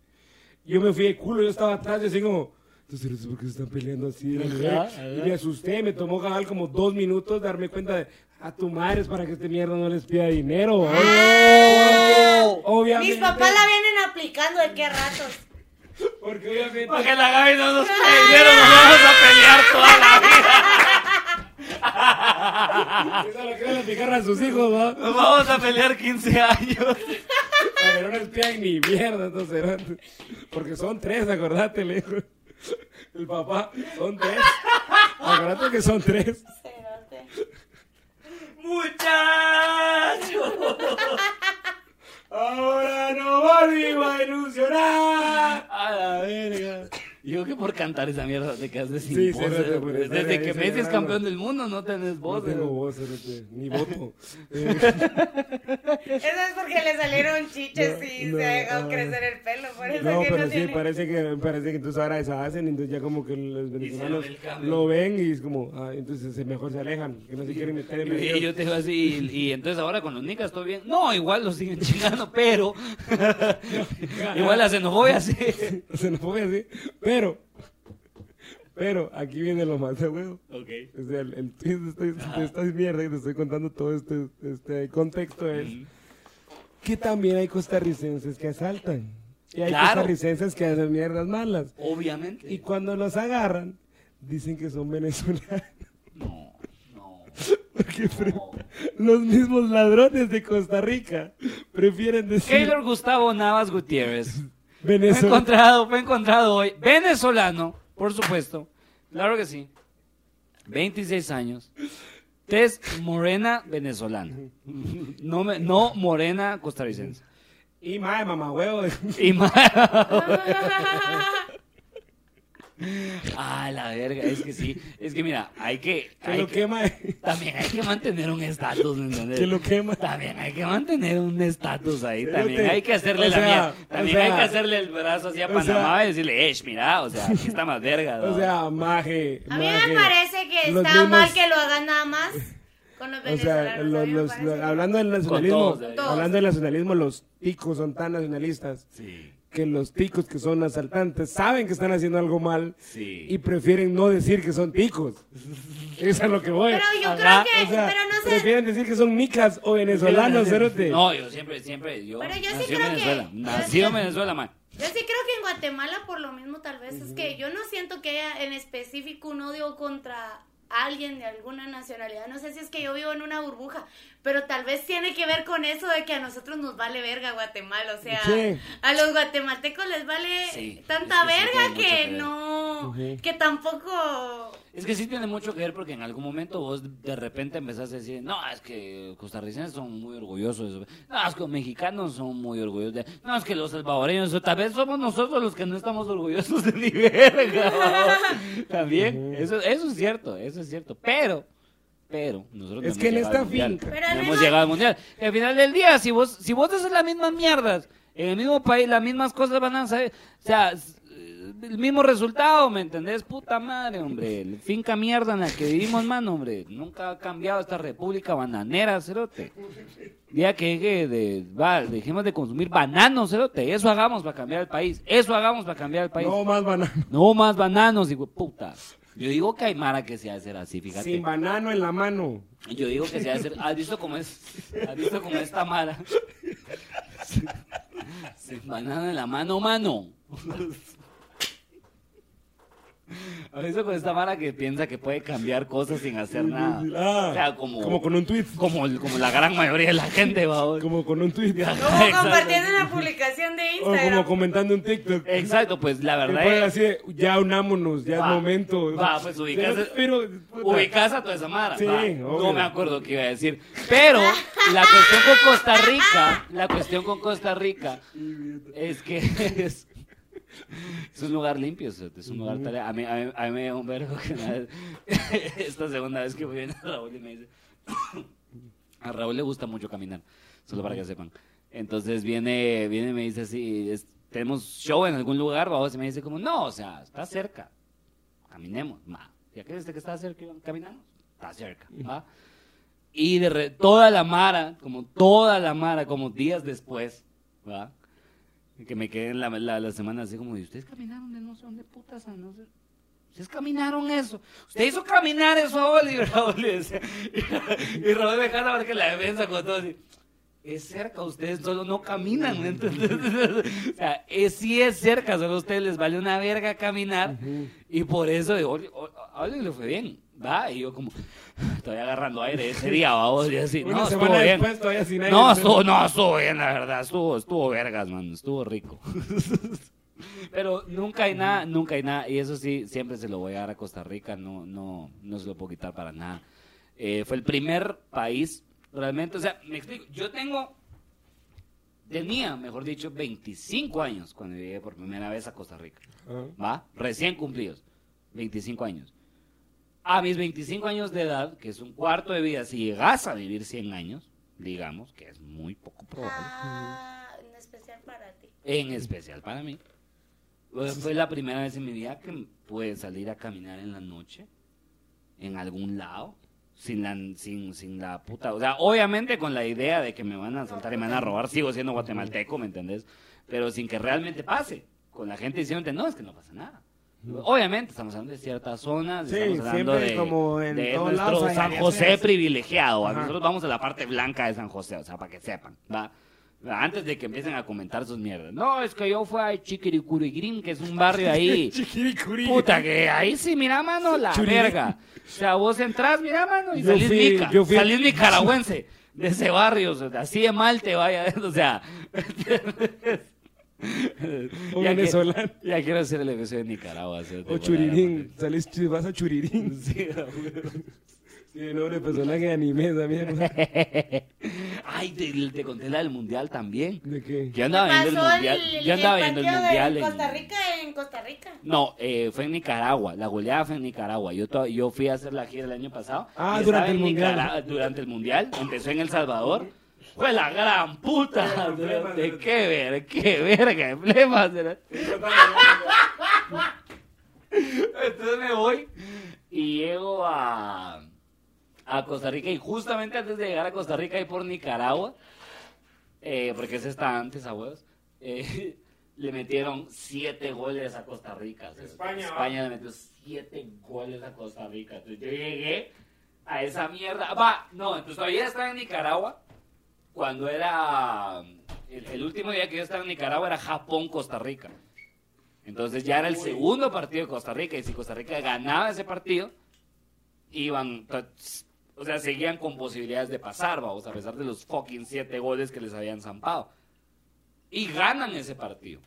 [SPEAKER 3] Yo me fui de culo, yo estaba atrás, yo así como, entonces, ¿por qué se están peleando así? La
[SPEAKER 2] Ajá,
[SPEAKER 3] mujer?"
[SPEAKER 2] ajá.
[SPEAKER 3] Y me asusté, me tomó cabal como dos minutos darme cuenta de, a tu madre es para que este mierda no les pida dinero. ¿no?" Obviamente.
[SPEAKER 1] Mis papás la vienen aplicando de qué ratos.
[SPEAKER 3] Porque obviamente.
[SPEAKER 2] Porque la Gaby no nos pide dinero, nos vamos a pelear toda la vida.
[SPEAKER 3] Esa la quieren aplicar a sus hijos, ¿no?
[SPEAKER 2] Nos vamos a pelear 15 años.
[SPEAKER 3] Pero no les pidan ni mierda, entonces. ¿no? Porque son tres, acordate, le dijo. El papá, son tres. Acordate que son tres.
[SPEAKER 1] Cerote.
[SPEAKER 2] Muchachos.
[SPEAKER 3] Ahora no volvimos a ilusionar.
[SPEAKER 2] A la verga. Yo que por cantar esa mierda te quedaste sin
[SPEAKER 3] Sí,
[SPEAKER 2] voz.
[SPEAKER 3] cerote,
[SPEAKER 2] eh.
[SPEAKER 3] por estar
[SPEAKER 2] Desde
[SPEAKER 3] ahí
[SPEAKER 2] que Messi es
[SPEAKER 3] celebrando.
[SPEAKER 2] campeón del mundo no tenés
[SPEAKER 3] No
[SPEAKER 2] voz.
[SPEAKER 3] tengo
[SPEAKER 2] eh.
[SPEAKER 3] voz, cerote, ni voto.
[SPEAKER 1] Eso es porque le salieron chiches
[SPEAKER 3] No,
[SPEAKER 1] y
[SPEAKER 3] no,
[SPEAKER 1] se ha dejado
[SPEAKER 3] ah.
[SPEAKER 1] crecer el pelo, por eso
[SPEAKER 3] No,
[SPEAKER 1] que
[SPEAKER 3] pero
[SPEAKER 1] no
[SPEAKER 3] sí,
[SPEAKER 1] tiene.
[SPEAKER 3] parece que, parece que entonces ahora deshacen, entonces ya como que los venezolanos
[SPEAKER 2] ve el cambio.
[SPEAKER 3] lo ven y es como, ah, entonces se- mejor se alejan, que no se quieren meter en
[SPEAKER 2] Y, y
[SPEAKER 3] medio.
[SPEAKER 2] yo te digo así, y, y entonces ahora con los nicas todo bien. No, igual los siguen chingando, pero. igual la xenofobia sí.
[SPEAKER 3] Se nos fue así, pero, pero aquí viene lo más de huevo.
[SPEAKER 2] Ok.
[SPEAKER 3] O sea, el, el twist de esta, de esta mierda que te estoy contando todo este, este contexto es
[SPEAKER 2] Mm,
[SPEAKER 3] que también hay costarricenses que asaltan. Y hay
[SPEAKER 2] Claro.
[SPEAKER 3] costarricenses que hacen mierdas malas.
[SPEAKER 2] Obviamente.
[SPEAKER 3] Y cuando los agarran, dicen que son venezolanos.
[SPEAKER 2] No, no.
[SPEAKER 3] Porque pre-
[SPEAKER 2] No.
[SPEAKER 3] los mismos ladrones de Costa Rica prefieren decir
[SPEAKER 2] Keylor Gustavo Navas Gutiérrez. Fue
[SPEAKER 3] Venezuela.
[SPEAKER 2] encontrado, fue encontrado hoy. Venezolano, por supuesto. Claro que sí. 26 años. Tez morena venezolana. No, me- no morena costarricense.
[SPEAKER 3] Y madre, mamá, huevo.
[SPEAKER 2] Y ma- Ah, la verga, es que sí. Es que mira, hay que.
[SPEAKER 3] Que
[SPEAKER 2] hay
[SPEAKER 3] lo
[SPEAKER 2] que-
[SPEAKER 3] quema.
[SPEAKER 2] También hay que mantener un estatus, ¿me entiendes?
[SPEAKER 3] Que lo quema.
[SPEAKER 2] También hay que mantener un estatus ahí.
[SPEAKER 3] Cerote,
[SPEAKER 2] También hay que hacerle
[SPEAKER 3] o
[SPEAKER 2] la
[SPEAKER 3] sea,
[SPEAKER 2] mierda.
[SPEAKER 3] o
[SPEAKER 2] También hay
[SPEAKER 3] sea,
[SPEAKER 2] que hacerle el brazo hacia
[SPEAKER 3] o sea,
[SPEAKER 2] Panamá y decirle, eh, mira, o sea, aquí está más verga. ¿no?
[SPEAKER 3] O sea, maje.
[SPEAKER 1] A mí
[SPEAKER 3] maje.
[SPEAKER 1] me parece que
[SPEAKER 3] Los
[SPEAKER 1] está mal
[SPEAKER 3] mismos-
[SPEAKER 1] que lo hagan nada más con los
[SPEAKER 3] O sea,
[SPEAKER 1] venezolanos. a
[SPEAKER 3] los,
[SPEAKER 1] mí me
[SPEAKER 3] los-
[SPEAKER 1] parece que-
[SPEAKER 3] hablando del nacionalismo,
[SPEAKER 2] todos, eh.
[SPEAKER 1] Todos.
[SPEAKER 3] hablando del nacionalismo, los ticos son tan nacionalistas
[SPEAKER 2] sí,
[SPEAKER 3] que los ticos que son asaltantes saben que están haciendo algo mal
[SPEAKER 2] sí.
[SPEAKER 3] y prefieren no decir que son ticos. Eso es lo que voy.
[SPEAKER 1] Pero yo
[SPEAKER 2] Ajá,
[SPEAKER 1] creo que,
[SPEAKER 3] O sea,
[SPEAKER 1] pero no sé,
[SPEAKER 3] prefieren decir que son micas o venezolanos, cerote.
[SPEAKER 2] No, yo siempre, siempre, yo.
[SPEAKER 1] Pero yo sí
[SPEAKER 2] nací en
[SPEAKER 1] creo que-
[SPEAKER 2] Venezuela.
[SPEAKER 1] yo-
[SPEAKER 2] Nací en
[SPEAKER 1] yo-
[SPEAKER 2] Venezuela, man.
[SPEAKER 1] Yo sí creo que en Guatemala por lo mismo tal vez es que yo no siento que haya en específico un odio contra alguien de alguna nacionalidad. No sé si es que yo vivo en una burbuja, pero tal vez tiene que ver con eso de que a nosotros nos vale verga Guatemala. O sea,
[SPEAKER 3] Sí.
[SPEAKER 1] a los guatemaltecos les vale
[SPEAKER 2] Sí,
[SPEAKER 1] tanta
[SPEAKER 2] es que sí tiene
[SPEAKER 1] verga
[SPEAKER 2] mucho que
[SPEAKER 1] que,
[SPEAKER 2] ver.
[SPEAKER 1] no,
[SPEAKER 3] Ujú.
[SPEAKER 1] que tampoco...
[SPEAKER 2] Es que sí tiene mucho que ver porque en algún momento vos de repente empezaste a decir, no, es que costarricenses son muy orgullosos, de eso. no, es que los mexicanos son muy orgullosos, de... no, es que los salvadoreños, o tal vez somos nosotros los que no estamos orgullosos de ni verga. ¿no? También, eso, eso es cierto, eso es cierto, pero... Pero nosotros
[SPEAKER 3] Es
[SPEAKER 2] no
[SPEAKER 3] que en
[SPEAKER 2] hemos llegado
[SPEAKER 3] esta
[SPEAKER 2] al mundial.
[SPEAKER 3] finca-
[SPEAKER 1] Pero
[SPEAKER 2] No
[SPEAKER 1] no
[SPEAKER 2] hemos
[SPEAKER 1] hay-
[SPEAKER 2] llegado al mundial. Y al final del día, si vos, si vos haces las mismas mierdas, en el mismo país, las mismas cosas van a saber. O sea, s- eh, el mismo resultado, ¿me entendés? Puta madre, hombre. El finca mierda en la que vivimos, mano, hombre. Nunca ha cambiado esta república bananera, cerote. Día que llegue de, va, dejemos de consumir bananos, cerote. Eso hagamos para cambiar el país. Eso hagamos para cambiar el país.
[SPEAKER 3] No
[SPEAKER 2] No,
[SPEAKER 3] más banano.
[SPEAKER 2] más bananos, hijo de puta. Yo digo que hay mara que se hacer así, fíjate.
[SPEAKER 3] Sin banano en la mano.
[SPEAKER 2] Yo digo que se va a hacer. ¿Has visto cómo es? ¿Has visto cómo es Tamara? Se banana en la mano, mano. ¿Has visto con esta Mara que piensa que puede cambiar cosas sin hacer nada?
[SPEAKER 3] Ah,
[SPEAKER 2] O sea, como,
[SPEAKER 3] como con un tweet.
[SPEAKER 2] como, el- como la gran mayoría de la gente, vamos.
[SPEAKER 3] Como con un tweet.
[SPEAKER 1] Como compartiendo una publicación de
[SPEAKER 3] O como
[SPEAKER 1] Instagram.
[SPEAKER 3] comentando un TikTok.
[SPEAKER 2] Exacto, pues la
[SPEAKER 3] Que
[SPEAKER 2] verdad
[SPEAKER 3] ponen
[SPEAKER 2] es.
[SPEAKER 3] así, de, ya unámonos, ya
[SPEAKER 2] Va,
[SPEAKER 3] es momento.
[SPEAKER 2] va, pues, ubicas-
[SPEAKER 3] Pero, puta,
[SPEAKER 2] Ubicás a toda esa mara.
[SPEAKER 3] Sí,
[SPEAKER 2] va.
[SPEAKER 3] obvio.
[SPEAKER 2] No me acuerdo qué iba a decir. Pero la cuestión con Costa Rica, la cuestión con Costa Rica es que es, Es un lugar limpio, es es un lugar tal. A mí, a mí- a mí me dio un vergo que una vez- esta segunda vez que fui a Raúl y me dice. A Raúl le gusta mucho caminar, solo para que sepan. Entonces viene, viene y me dice así: es- Tenemos show en algún lugar, vamos. Y me dice, como, no, o sea, está cerca. Caminemos, ma. ¿Ya crees que está cerca? Caminamos, está cerca. ¿va? Y de re- toda la mara, como toda la mara, como días después, ¿va? Que me quedé en la, la, la semana así como, ¿y ustedes caminaron de no sé dónde putas a no sé? Ustedes caminaron eso. Usted hizo caminar eso a Oli, Raúl. le decía. Y Raúl me encanta porque la defensa con todo así. Es cerca, ustedes solo no caminan, ¿me entiendes? O sea, es, sí es cerca, solo a ustedes les vale una verga caminar. Y por eso, digo, Oli- o- a Oli le fue bien, ¿va? Y yo como, estoy agarrando aire ese día, vamos, y así.
[SPEAKER 3] Una
[SPEAKER 2] no, estuvo
[SPEAKER 3] semana
[SPEAKER 2] bien. ¿eh?
[SPEAKER 3] después todavía sin aire.
[SPEAKER 2] No, estuvo, no, estuvo bien, la verdad. Estuvo, estuvo vergas, man. Estuvo rico. Pero nunca hay nada, nunca hay nada. Y eso sí, siempre se lo voy a dar a Costa Rica. No, no, no se lo puedo quitar para nada. Eh, fue el primer país, realmente. O sea, me explico. Yo tengo, tenía, mejor dicho, 25 años cuando llegué por primera vez a Costa Rica.
[SPEAKER 3] Ajá.
[SPEAKER 2] ¿va? Recién cumplidos, 25 años. A mis 25 años de edad, que es un cuarto de vida, si llegas a vivir 100 años, digamos que es muy poco probable,
[SPEAKER 1] Ah, en especial para ti.
[SPEAKER 2] en especial para mí, eh, fue la primera vez en mi vida que pude salir a caminar en la noche, en algún lado, sin la, sin, sin la puta... O sea, obviamente con la idea de que me van a asaltar y me van a robar, sigo siendo guatemalteco, ¿me entendés? Pero sin que realmente pase, con la gente diciéndote, no, es que no pasa nada. Obviamente estamos hablando de ciertas zonas,
[SPEAKER 4] Sí,
[SPEAKER 2] estamos hablando
[SPEAKER 4] siempre
[SPEAKER 2] de,
[SPEAKER 4] como en
[SPEAKER 2] de
[SPEAKER 4] todos
[SPEAKER 2] nuestro
[SPEAKER 4] lados hay
[SPEAKER 2] San
[SPEAKER 4] áreas
[SPEAKER 2] José
[SPEAKER 4] verdes.
[SPEAKER 2] privilegiado.
[SPEAKER 4] Ajá.
[SPEAKER 2] Nosotros vamos a la parte blanca de San José, o sea, para que sepan, ¿va? Antes de que empiecen a comentar sus mierdas. No, es que yo fui a Chiquiricurigrim, que es un barrio ahí.
[SPEAKER 4] Chiquiricuri.
[SPEAKER 2] Puta, que ahí sí, mira, mano, la
[SPEAKER 4] Churigrim.
[SPEAKER 2] verga. O sea, vos entrás, mira, mano, y
[SPEAKER 3] Yo
[SPEAKER 2] salís,
[SPEAKER 3] fui-
[SPEAKER 2] nica-
[SPEAKER 3] yo fui-
[SPEAKER 2] salís nicaragüense de ese barrio. o sea, así de mal te vaya, o sea...
[SPEAKER 3] Un
[SPEAKER 2] Ya que-
[SPEAKER 3] venezolano.
[SPEAKER 2] ya quiero hacer el episodio de Nicaragua. ¿sí?
[SPEAKER 3] O Churirín. Sales, vas a Churirín.
[SPEAKER 2] Sí, a huevo.
[SPEAKER 3] Sí, no, de personaje de anime también.
[SPEAKER 2] Ay, te, te conté la del mundial también.
[SPEAKER 3] ¿De qué?
[SPEAKER 2] Yo andaba viendo el
[SPEAKER 1] Pasó
[SPEAKER 2] mundial. yo andaba
[SPEAKER 1] el
[SPEAKER 2] viendo
[SPEAKER 1] partido
[SPEAKER 2] el
[SPEAKER 1] de
[SPEAKER 2] mundial en
[SPEAKER 1] Costa Rica en Costa Rica.
[SPEAKER 2] No, eh, fue en Nicaragua. La goleada fue en Nicaragua. Yo, to- yo fui a hacer la gira el año pasado.
[SPEAKER 3] Ah,
[SPEAKER 2] y
[SPEAKER 3] durante
[SPEAKER 2] estaba en
[SPEAKER 3] el Mundial.
[SPEAKER 2] Nicara- Durante el mundial. Empezó en El Salvador. Fue la gran puta. De qué verga, qué verga, de flemas, ¿verdad? Entonces me voy y llego a, a Costa Rica. Y justamente antes de llegar a Costa Rica y por Nicaragua, eh, porque ese está antes, a huevos, eh, le metieron siete goles a Costa Rica. o sea,
[SPEAKER 4] España,
[SPEAKER 2] España le metió siete goles a Costa Rica. Entonces yo llegué a esa mierda. Va, no, entonces todavía estaba en Nicaragua. Cuando era. El, el último día que yo estaba en Nicaragua era Japón-Costa Rica. Entonces ya era el segundo partido de Costa Rica. Y si Costa Rica ganaba ese partido, iban. to- O sea, seguían con posibilidades de pasar, vamos, a pesar de los fucking siete goles que les habían zampado. Y ganan ese partido.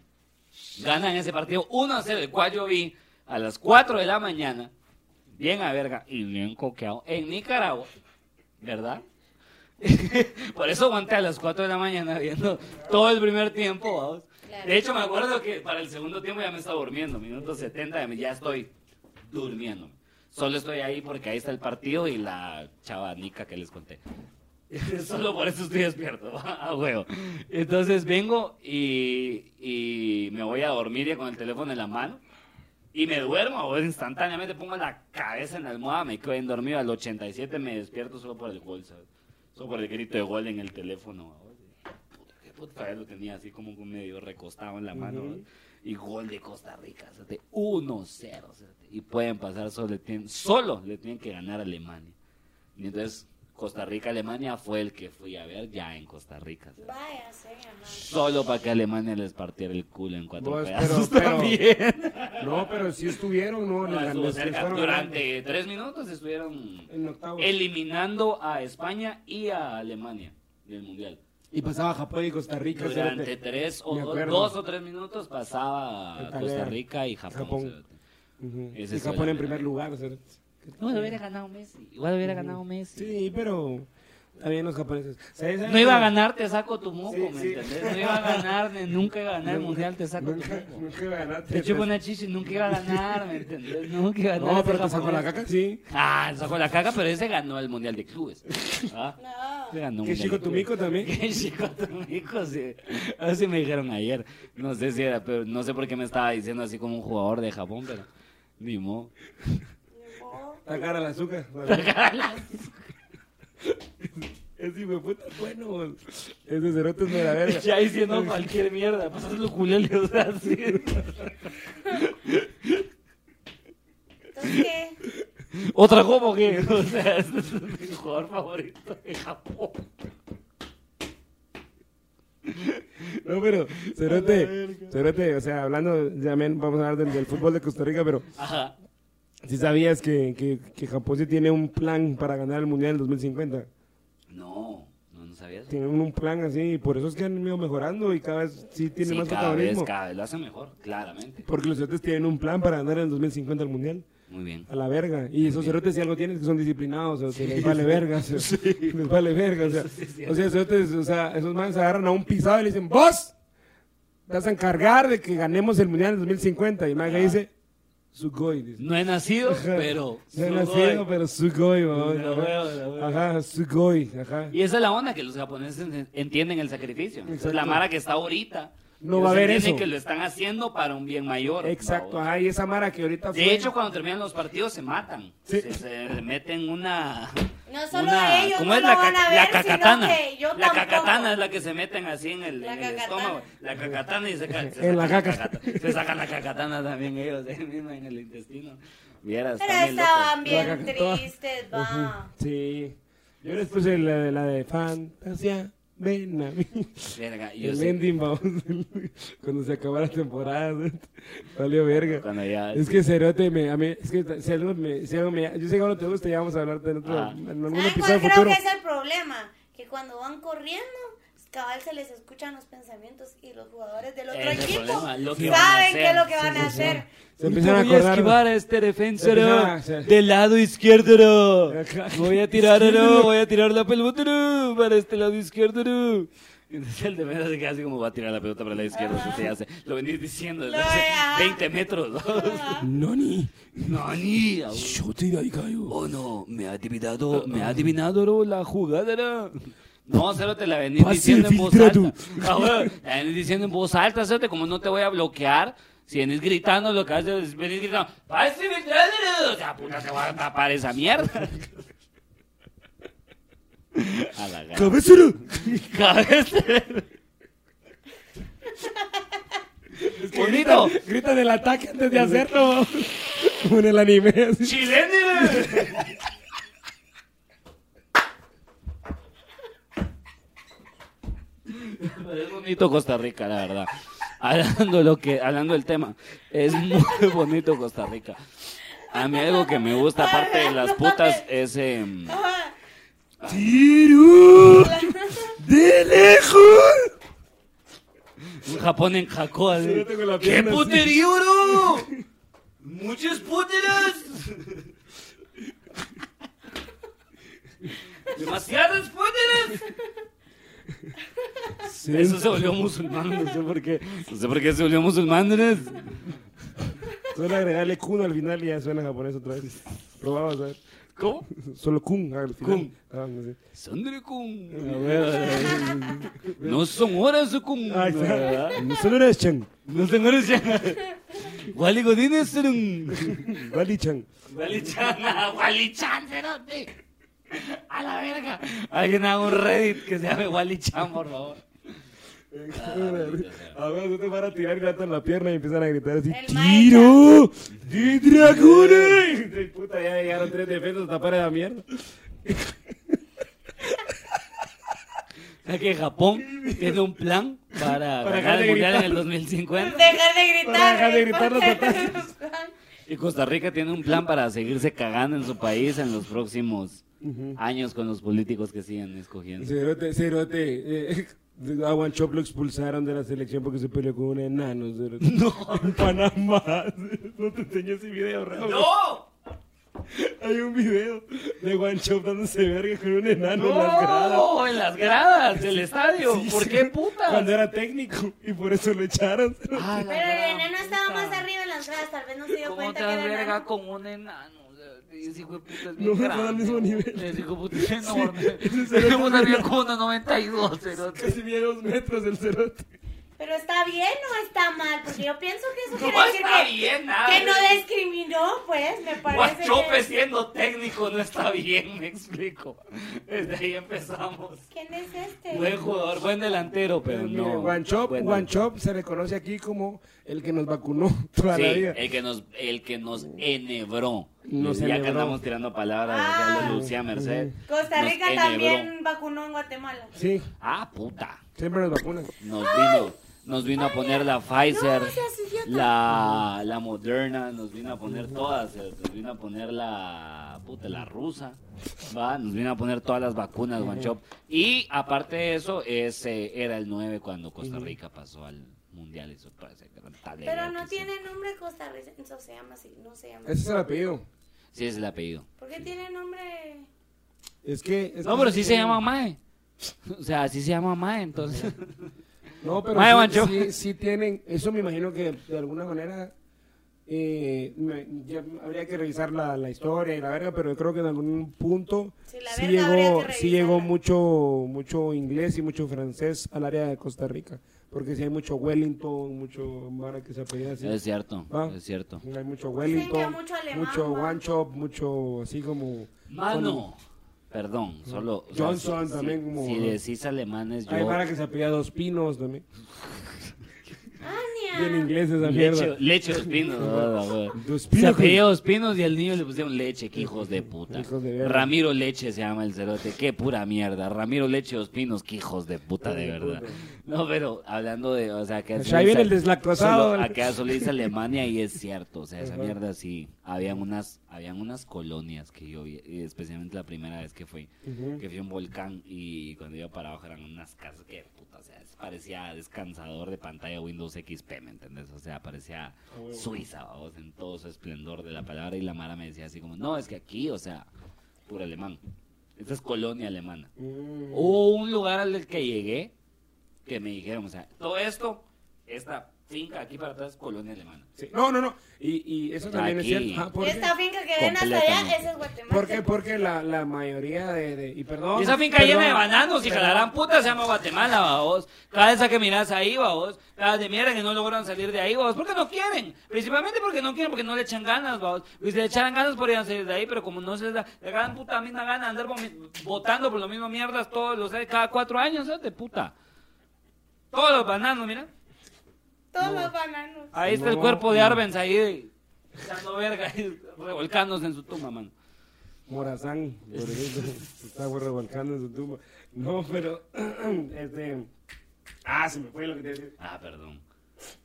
[SPEAKER 2] Ganan ese partido 1 a 0, el cual yo vi a las 4 de la mañana, bien a verga y bien coqueado, en Nicaragua, ¿verdad? Por eso aguanté a las 4 de la mañana viendo todo el primer tiempo, vamos.
[SPEAKER 1] Claro.
[SPEAKER 2] De hecho, me acuerdo que para el segundo tiempo ya me estaba durmiendo, minuto 70, ya me- ya estoy durmiendo. Solo estoy ahí porque ahí está el partido y la chavanica que les conté. Solo por eso estoy despierto, a huevo. Entonces vengo y, y me voy a dormir ya con el teléfono en la mano. Y me duermo, o instantáneamente pongo la cabeza en la almohada, me quedo bien dormido. Al 87 me despierto solo por el gol, ¿sabes? Solo por el grito de gol en el teléfono. ¿sabes? Puta, qué puta, todavía lo tenía así como medio recostado en la mano. ¿sabes? Y gol de Costa Rica, ¿sabes? de 1-0. ¿sabes? Y pueden pasar, solo le, tienen, solo le tienen que ganar a Alemania. Y entonces Costa Rica-Alemania fue el que fui a ver ya en Costa Rica. ¿sabes?
[SPEAKER 1] Vaya, señor. madre.
[SPEAKER 2] Solo para que Alemania les partiera el culo en cuatro
[SPEAKER 3] Vos, pero-
[SPEAKER 2] pedazos
[SPEAKER 3] pero-
[SPEAKER 2] también.
[SPEAKER 3] No, pero sí estuvieron, ¿no?
[SPEAKER 2] No,
[SPEAKER 3] Les-
[SPEAKER 2] Ah, estuvo
[SPEAKER 3] les-
[SPEAKER 2] cerca.
[SPEAKER 3] fueron- Eh,
[SPEAKER 2] Durante tres minutos estuvieron
[SPEAKER 3] En octavos.
[SPEAKER 2] eliminando a España y a Alemania del Mundial.
[SPEAKER 3] Y pasaba Japón y Costa Rica.
[SPEAKER 2] Durante
[SPEAKER 3] espérate.
[SPEAKER 2] tres o
[SPEAKER 3] Me
[SPEAKER 2] do-
[SPEAKER 3] acuerdo.
[SPEAKER 2] dos o tres minutos pasaba
[SPEAKER 3] Italia,
[SPEAKER 2] Costa Rica y Japón.
[SPEAKER 3] Japón.
[SPEAKER 2] espérate.
[SPEAKER 3] Ujú.
[SPEAKER 2] Ese
[SPEAKER 3] Y
[SPEAKER 2] fue
[SPEAKER 3] Japón
[SPEAKER 2] la
[SPEAKER 3] en primer
[SPEAKER 2] primera.
[SPEAKER 3] lugar. espérate.
[SPEAKER 2] Igual hubiera ganado Messi. Igual hubiera ganado Messi.
[SPEAKER 3] Sí, pero También los japoneses. ¿Sabes?
[SPEAKER 2] No iba a ganar, te saco tu moco,
[SPEAKER 3] Sí,
[SPEAKER 2] ¿me
[SPEAKER 3] sí.
[SPEAKER 2] entendés? No iba a ganar, ni- nunca iba a ganar el mundial, te saco tu
[SPEAKER 3] Nunca,
[SPEAKER 2] moco.
[SPEAKER 3] nunca iba a ganar.
[SPEAKER 2] Te chupo una chichi, nunca iba a ganar, ¿me entendés? Nunca iba a ganar.
[SPEAKER 3] No,
[SPEAKER 2] ese
[SPEAKER 3] pero te saco
[SPEAKER 2] japonés.
[SPEAKER 3] la caca, sí.
[SPEAKER 2] Ah, te sacó la caca, pero ese ganó el mundial de clubes. ¿Ah?
[SPEAKER 1] No.
[SPEAKER 2] Ese ganó un
[SPEAKER 3] Que
[SPEAKER 2] mundial
[SPEAKER 3] chico
[SPEAKER 2] de
[SPEAKER 3] tu
[SPEAKER 2] clubes.
[SPEAKER 3] mico también.
[SPEAKER 2] Qué chico tu mico, sí. Así me dijeron ayer. No sé si era, pero no sé por qué me estaba diciendo así como un jugador de Japón, pero ni modo.
[SPEAKER 3] La cara al azúcar. Ese hijo de puta es bueno. güey. Ese cerote es de la verga.
[SPEAKER 2] Ya diciendo cualquier mierda, pues es lo culé, o sea, así.
[SPEAKER 1] Entonces, ¿qué?
[SPEAKER 2] Otra como que, o sea, este es mi jugador favorito de Japón.
[SPEAKER 3] No, pero cerote, cerote, o sea, hablando, también vamos a hablar del, del fútbol de Costa Rica, pero
[SPEAKER 2] Ajá.
[SPEAKER 3] si sabías que, que, que Japón sí tiene un plan para ganar el Mundial en 2050.
[SPEAKER 2] No, no, no sabía eso.
[SPEAKER 3] Tienen un plan así, y por eso es que han ido mejorando y cada vez sí tienen
[SPEAKER 2] Sí,
[SPEAKER 3] más
[SPEAKER 2] cada vez,
[SPEAKER 3] protagonismo.
[SPEAKER 2] cada vez lo hace mejor, claramente.
[SPEAKER 3] Porque los cerotes tienen un plan para ganar en el 2050 el Mundial.
[SPEAKER 2] Muy bien.
[SPEAKER 3] A la verga. Y esos cerotes si algo tienen es que son disciplinados, o sea, les vale verga, o sea, les vale verga, o sea, o sea, cerotes, o sea, esos manes agarran a un pisado y le dicen, vos te vas a encargar de que ganemos el Mundial en 2050. Y el man que dice, Sugoi, dice.
[SPEAKER 2] No he nacido, pero.
[SPEAKER 3] Se
[SPEAKER 2] soy
[SPEAKER 3] nacido,
[SPEAKER 2] goy.
[SPEAKER 3] pero Sugoi, babón.
[SPEAKER 2] La huevo, la huevo.
[SPEAKER 3] Ajá, Sugoi, ajá.
[SPEAKER 2] Y esa es la onda, que los japoneses en- entienden el sacrificio. Entonces, la
[SPEAKER 3] Exacto.
[SPEAKER 2] mara que está ahorita.
[SPEAKER 3] No
[SPEAKER 2] ellos
[SPEAKER 3] va a haber
[SPEAKER 2] entienden
[SPEAKER 3] eso.
[SPEAKER 2] que lo están haciendo para un bien mayor.
[SPEAKER 3] Exacto,
[SPEAKER 2] ¿va vos?
[SPEAKER 3] ajá, y esa mara que
[SPEAKER 2] De
[SPEAKER 3] ahorita fue-
[SPEAKER 2] hecho, cuando terminan los partidos, se matan.
[SPEAKER 3] Sí.
[SPEAKER 2] Se, se meten una...
[SPEAKER 1] No solo
[SPEAKER 2] una-
[SPEAKER 1] ellos
[SPEAKER 2] ¿cómo
[SPEAKER 1] no
[SPEAKER 2] es
[SPEAKER 1] lo
[SPEAKER 2] la,
[SPEAKER 1] van
[SPEAKER 2] ca-
[SPEAKER 1] a ver,
[SPEAKER 2] la
[SPEAKER 1] sino
[SPEAKER 2] cacatana.
[SPEAKER 1] que yo
[SPEAKER 2] la
[SPEAKER 1] tampoco.
[SPEAKER 2] cacatana es la que se meten así en el,
[SPEAKER 1] La
[SPEAKER 2] en el
[SPEAKER 1] cacatana.
[SPEAKER 2] estómago. La cacatana y se, ca- se
[SPEAKER 3] En la
[SPEAKER 2] sacan
[SPEAKER 3] caca.
[SPEAKER 2] cacata- Se sacan la cacatana también ellos, ahí mismo en el intestino. Vieras,
[SPEAKER 1] Pero
[SPEAKER 2] están bien
[SPEAKER 1] estaban
[SPEAKER 2] locos.
[SPEAKER 3] La
[SPEAKER 1] bien
[SPEAKER 3] caca- toda-
[SPEAKER 1] tristes, va.
[SPEAKER 3] Sí. Yo les puse la de, la de fantasía, ven a mí.
[SPEAKER 2] Verga, yo
[SPEAKER 3] El
[SPEAKER 2] sé-
[SPEAKER 3] ending, vamos, cuando se acabó la temporada, valió verga.
[SPEAKER 2] cuando ya...
[SPEAKER 3] Es que Cerote, me, a mí, es que si algo me, si algo me, yo sé que ahora te gusta, ya vamos a hablar de otro,
[SPEAKER 2] Ah.
[SPEAKER 3] en algún
[SPEAKER 1] ¿Saben
[SPEAKER 3] episodio
[SPEAKER 1] cuál pues creo
[SPEAKER 3] futuro.
[SPEAKER 1] que es el problema? Que cuando van corriendo, cabal se les escuchan los pensamientos y los jugadores del otro
[SPEAKER 2] Ese es el
[SPEAKER 1] equipo
[SPEAKER 2] problema, lo que van a
[SPEAKER 1] saben
[SPEAKER 2] hacer.
[SPEAKER 1] qué es lo que van a hacer.
[SPEAKER 3] Se empiezan a acordar.
[SPEAKER 2] a este defensor
[SPEAKER 3] Se empiezan a- se-
[SPEAKER 2] del lado izquierdo.
[SPEAKER 3] Ajá.
[SPEAKER 2] tirarlo, voy a tirar la pelota no, para este lado izquierdo. no. Entonces el defensa se queda así como va a tirar la pelota para el lado izquierdo. eso se hace. Lo venís diciendo desde
[SPEAKER 1] Lo-
[SPEAKER 2] hace
[SPEAKER 1] ajá.
[SPEAKER 2] 20 metros.
[SPEAKER 3] Noni,
[SPEAKER 2] No, ni. Oh
[SPEAKER 3] yo te iré caigo.
[SPEAKER 2] no, me ha adivinado, me ha adivinado no, la jugada. No, Ah, no Cero, te la venís
[SPEAKER 3] Pase
[SPEAKER 2] diciendo en voz
[SPEAKER 3] filtrado.
[SPEAKER 2] alta. Ah, bueno, la venís diciendo en voz alta, Cero, como no te voy a bloquear. Si venís gritando, lo que haces es venir gritando. ¡Pase filtrado! O sea, puta, te voy a tapar esa mierda. A la gana.
[SPEAKER 3] ¡Cabecero!
[SPEAKER 2] Cabeza. Bonito.
[SPEAKER 3] Gritan, gritan el ataque antes de hacerlo, vamos. Como en el anime, así.
[SPEAKER 2] ¡Chilene! Pero es bonito Costa Rica, la verdad. Hablando, de lo que, hablando del tema, es muy bonito Costa Rica. A mí algo que me gusta, aparte de las putas, es... em,
[SPEAKER 1] Ajá.
[SPEAKER 3] ¡Tiro! ¡De lejos!
[SPEAKER 2] Un Japón en Jacoa.
[SPEAKER 3] Sí, yo tengo la
[SPEAKER 2] ¡Qué
[SPEAKER 3] pierna así.
[SPEAKER 2] puterío, bro! ¡Muchas puteras! ¡Demasiadas puteras! Eso se volvió musulmán, no sé por qué. No sé por qué se volvió musulmán, ¿no?
[SPEAKER 3] Solo agregarle kun al final y ya suena japonés otra vez. Probamos a ver.
[SPEAKER 2] ¿Cómo?
[SPEAKER 3] Solo kun al final.
[SPEAKER 2] Kun.
[SPEAKER 3] Ah, no sé.
[SPEAKER 2] Sandre-kun. No son horas de kun.
[SPEAKER 3] Ahí
[SPEAKER 2] ¿verdad?
[SPEAKER 3] está. No Solo eres Chen.
[SPEAKER 2] No son horas ya. Wally Godínez, serán.
[SPEAKER 3] Vali Chen.
[SPEAKER 2] Gualichana, Gualichan, cerote. A la verga. Alguien haga un Reddit que se llame Gualichan, por favor.
[SPEAKER 3] A ver, tú te van a tirar y le en la pierna y empiezan a gritar así:
[SPEAKER 1] El
[SPEAKER 3] ¡Tiro! ¡De dragones! Y puta, ya llegaron tres defensas a tapar a la mierda.
[SPEAKER 2] O sea que Japón tiene un plan para,
[SPEAKER 3] Para
[SPEAKER 2] ganar
[SPEAKER 3] dejar de
[SPEAKER 2] el mundial en
[SPEAKER 3] gritar.
[SPEAKER 2] el 2050
[SPEAKER 1] Dejar de gritar.
[SPEAKER 3] Dejar de
[SPEAKER 1] ¿eh?
[SPEAKER 3] gritar los ataques.
[SPEAKER 2] y Costa Rica tiene un plan para seguirse cagando en su país en los próximos años con los políticos que sigan escogiendo.
[SPEAKER 3] Cerote, cerote. eh, A Wanchop lo expulsaron de la selección porque se peleó con un enano. cerote. En Panamá. No te enseñé ese video, Raúl.
[SPEAKER 2] ¡No!
[SPEAKER 3] Hay un video de Guancho dándose verga con un enano en las gradas.
[SPEAKER 2] ¡No! ¡Oh! En las gradas del estadio.
[SPEAKER 3] Sí,
[SPEAKER 2] ¿Por
[SPEAKER 3] sí.
[SPEAKER 2] qué putas?
[SPEAKER 3] Cuando era técnico y por eso lo echaron.
[SPEAKER 2] Ah, la
[SPEAKER 1] Pero
[SPEAKER 2] gran
[SPEAKER 1] el enano estaba
[SPEAKER 2] puta.
[SPEAKER 1] más arriba en las gradas, tal vez no se dio
[SPEAKER 2] ¿Cómo
[SPEAKER 1] cuenta
[SPEAKER 2] te
[SPEAKER 1] que
[SPEAKER 2] das
[SPEAKER 1] era
[SPEAKER 2] verga
[SPEAKER 1] enano.
[SPEAKER 2] con un enano? O sea, Ese hijo de puta es
[SPEAKER 3] No,
[SPEAKER 2] bien
[SPEAKER 3] no está
[SPEAKER 2] grande.
[SPEAKER 3] al mismo nivel.
[SPEAKER 2] Ese hijo de puta es enorme.
[SPEAKER 3] ese
[SPEAKER 2] Ese
[SPEAKER 3] cerote
[SPEAKER 2] hijo de puta
[SPEAKER 3] no
[SPEAKER 2] mide
[SPEAKER 3] era-
[SPEAKER 2] como 1.92, cerote.
[SPEAKER 3] Casi mide dos metros el cerote.
[SPEAKER 1] Pero está bien o está mal, porque yo pienso que eso
[SPEAKER 2] No
[SPEAKER 1] quiere decir
[SPEAKER 2] está
[SPEAKER 1] que,
[SPEAKER 2] bien, nada.
[SPEAKER 1] que no discriminó, pues, me parece.
[SPEAKER 2] Guachope
[SPEAKER 1] Que...
[SPEAKER 2] siendo técnico no está bien, me explico. Desde ahí empezamos.
[SPEAKER 1] ¿Quién es este?
[SPEAKER 2] Buen jugador, buen delantero, pero no.
[SPEAKER 3] Guanchop,
[SPEAKER 2] bueno.
[SPEAKER 3] Guanchop se le conoce aquí como el que nos vacunó toda
[SPEAKER 2] Sí,
[SPEAKER 3] la vida.
[SPEAKER 2] el que nos, el que nos enebró.
[SPEAKER 3] Nos
[SPEAKER 2] ya que
[SPEAKER 3] enebró.
[SPEAKER 2] andamos tirando palabras
[SPEAKER 1] Ah.
[SPEAKER 2] de Lucía Merced.
[SPEAKER 1] Costa
[SPEAKER 2] nos
[SPEAKER 1] Rica
[SPEAKER 2] enebró.
[SPEAKER 1] también vacunó en Guatemala.
[SPEAKER 3] Sí,
[SPEAKER 2] Ah, puta.
[SPEAKER 3] siempre nos vacunan.
[SPEAKER 2] Nos vino, nos vino a poner la Pfizer,
[SPEAKER 1] no seas idiota.
[SPEAKER 2] la, la Moderna, nos vino a poner todas, eh, nos vino a poner la puta, la rusa, ¿va? nos vino a poner todas las vacunas, Guanchop. Y aparte de eso, ese era el 9 cuando Costa Rica pasó al Mundial, eso parece gran talero
[SPEAKER 1] Pero no
[SPEAKER 2] que sí.
[SPEAKER 1] tiene nombre costarricense, eso se llama así, no se llama
[SPEAKER 3] Ese
[SPEAKER 1] así.
[SPEAKER 3] es el apellido.
[SPEAKER 2] Sí, es el apellido.
[SPEAKER 1] ¿Por qué tiene nombre?
[SPEAKER 3] Es que. es
[SPEAKER 2] No,
[SPEAKER 3] que-
[SPEAKER 2] pero sí se llama Mae. O sea, sí se llama Mae, entonces.
[SPEAKER 3] No,
[SPEAKER 2] Mae
[SPEAKER 3] pero sí-
[SPEAKER 2] Guancho.
[SPEAKER 3] sí, sí tienen, eso me imagino que de alguna manera eh, me- ya habría que revisar la, la historia y la verga, pero yo creo que en algún punto
[SPEAKER 1] Sí, la
[SPEAKER 3] sí
[SPEAKER 1] verga habría
[SPEAKER 3] llegó,
[SPEAKER 1] que
[SPEAKER 3] sí llegó
[SPEAKER 1] revisarla.
[SPEAKER 3] mucho, mucho inglés y mucho francés al área de Costa Rica, porque sí hay mucho Wellington, mucho Mara que se apellida así.
[SPEAKER 2] Es cierto,
[SPEAKER 3] Va.
[SPEAKER 2] es cierto.
[SPEAKER 3] Hay mucho
[SPEAKER 1] que
[SPEAKER 3] Wellington,
[SPEAKER 1] mucho alemán,
[SPEAKER 3] mucho
[SPEAKER 1] ¿va?
[SPEAKER 3] Wancho, mucho así como...
[SPEAKER 2] Mano. Perdón, solo. o sea,
[SPEAKER 3] Johnson
[SPEAKER 2] si-
[SPEAKER 3] también
[SPEAKER 2] si-
[SPEAKER 3] como-
[SPEAKER 2] Si decís alemanes, yo.
[SPEAKER 3] Hay Mara que se apellida Dos Pinos también. Bien
[SPEAKER 1] ¡Ania!
[SPEAKER 3] inglés esa
[SPEAKER 2] Leche,
[SPEAKER 3] mierda.
[SPEAKER 2] leche Ospino. no, no, no.
[SPEAKER 3] Dos
[SPEAKER 2] Ah, Se
[SPEAKER 3] Pinos.
[SPEAKER 2] apellía Ospinos y al niño le pusieron leche, que hijos de puta.
[SPEAKER 3] Hijos de verga.
[SPEAKER 2] Ramiro Leche se llama el cerote, qué pura mierda. Ramiro Leche Ospinos, que hijos de puta, de verdad. No, pero hablando de, o sea, que...
[SPEAKER 3] Pues ahí viene el deslactosado.
[SPEAKER 2] solo- Acá solo dice Alemania y es cierto, o sea, esa mierda sí. Habían unas, habían unas colonias que yo vi, y especialmente la primera vez que fui, que fui a un volcán y cuando iba para abajo eran unas casas que, puta, o sea, parecía descansador de pantalla Windows XP, ¿me entendés? O sea, parecía Suiza, vamos, en todo su esplendor de la palabra y la Mara me decía así como, no, es que aquí, o sea, puro alemán. Esta es colonia alemana.
[SPEAKER 3] Mm.
[SPEAKER 2] Hubo un lugar al que llegué que me dijeron, o sea, todo esto, esta finca aquí para atrás, colonia alemana.
[SPEAKER 3] Sí. No, no, no. Y, y eso también
[SPEAKER 2] Aquí.
[SPEAKER 3] es cierto. Ah, ¿por qué?
[SPEAKER 1] Esta finca que ven hasta allá,
[SPEAKER 2] Completamente.
[SPEAKER 1] esa es Guatemala.
[SPEAKER 3] ¿Por qué? Porque la, la mayoría de, de- Y perdón.
[SPEAKER 2] Y esa finca
[SPEAKER 3] perdón,
[SPEAKER 2] llena de bananos, y
[SPEAKER 3] perdón.
[SPEAKER 2] jalarán puta, se llama Guatemala, babos. Cada esa que mirás ahí, babos. Cada de mierda que no logran salir de ahí, babos. Porque no quieren. Principalmente porque no quieren, porque no le echan ganas, babos. Y si le echaran ganas, podrían salir de ahí, pero como no se les da, le dan puta misma gana de andar vomi- votando por lo mismo mierdas todos los cada cuatro años, ¿sabes? De puta. Todos los bananos, mira.
[SPEAKER 1] Todos los bananos.
[SPEAKER 2] Ahí está el
[SPEAKER 3] No,
[SPEAKER 2] cuerpo de
[SPEAKER 3] no.
[SPEAKER 2] Arbenz ahí, dando verga, ahí, revolcándose en su tumba, mano.
[SPEAKER 3] Morazán. por ejemplo, se está revolcando en su tumba. No, pero. este. Ah, se me fue lo que te decía.
[SPEAKER 2] Ah, perdón.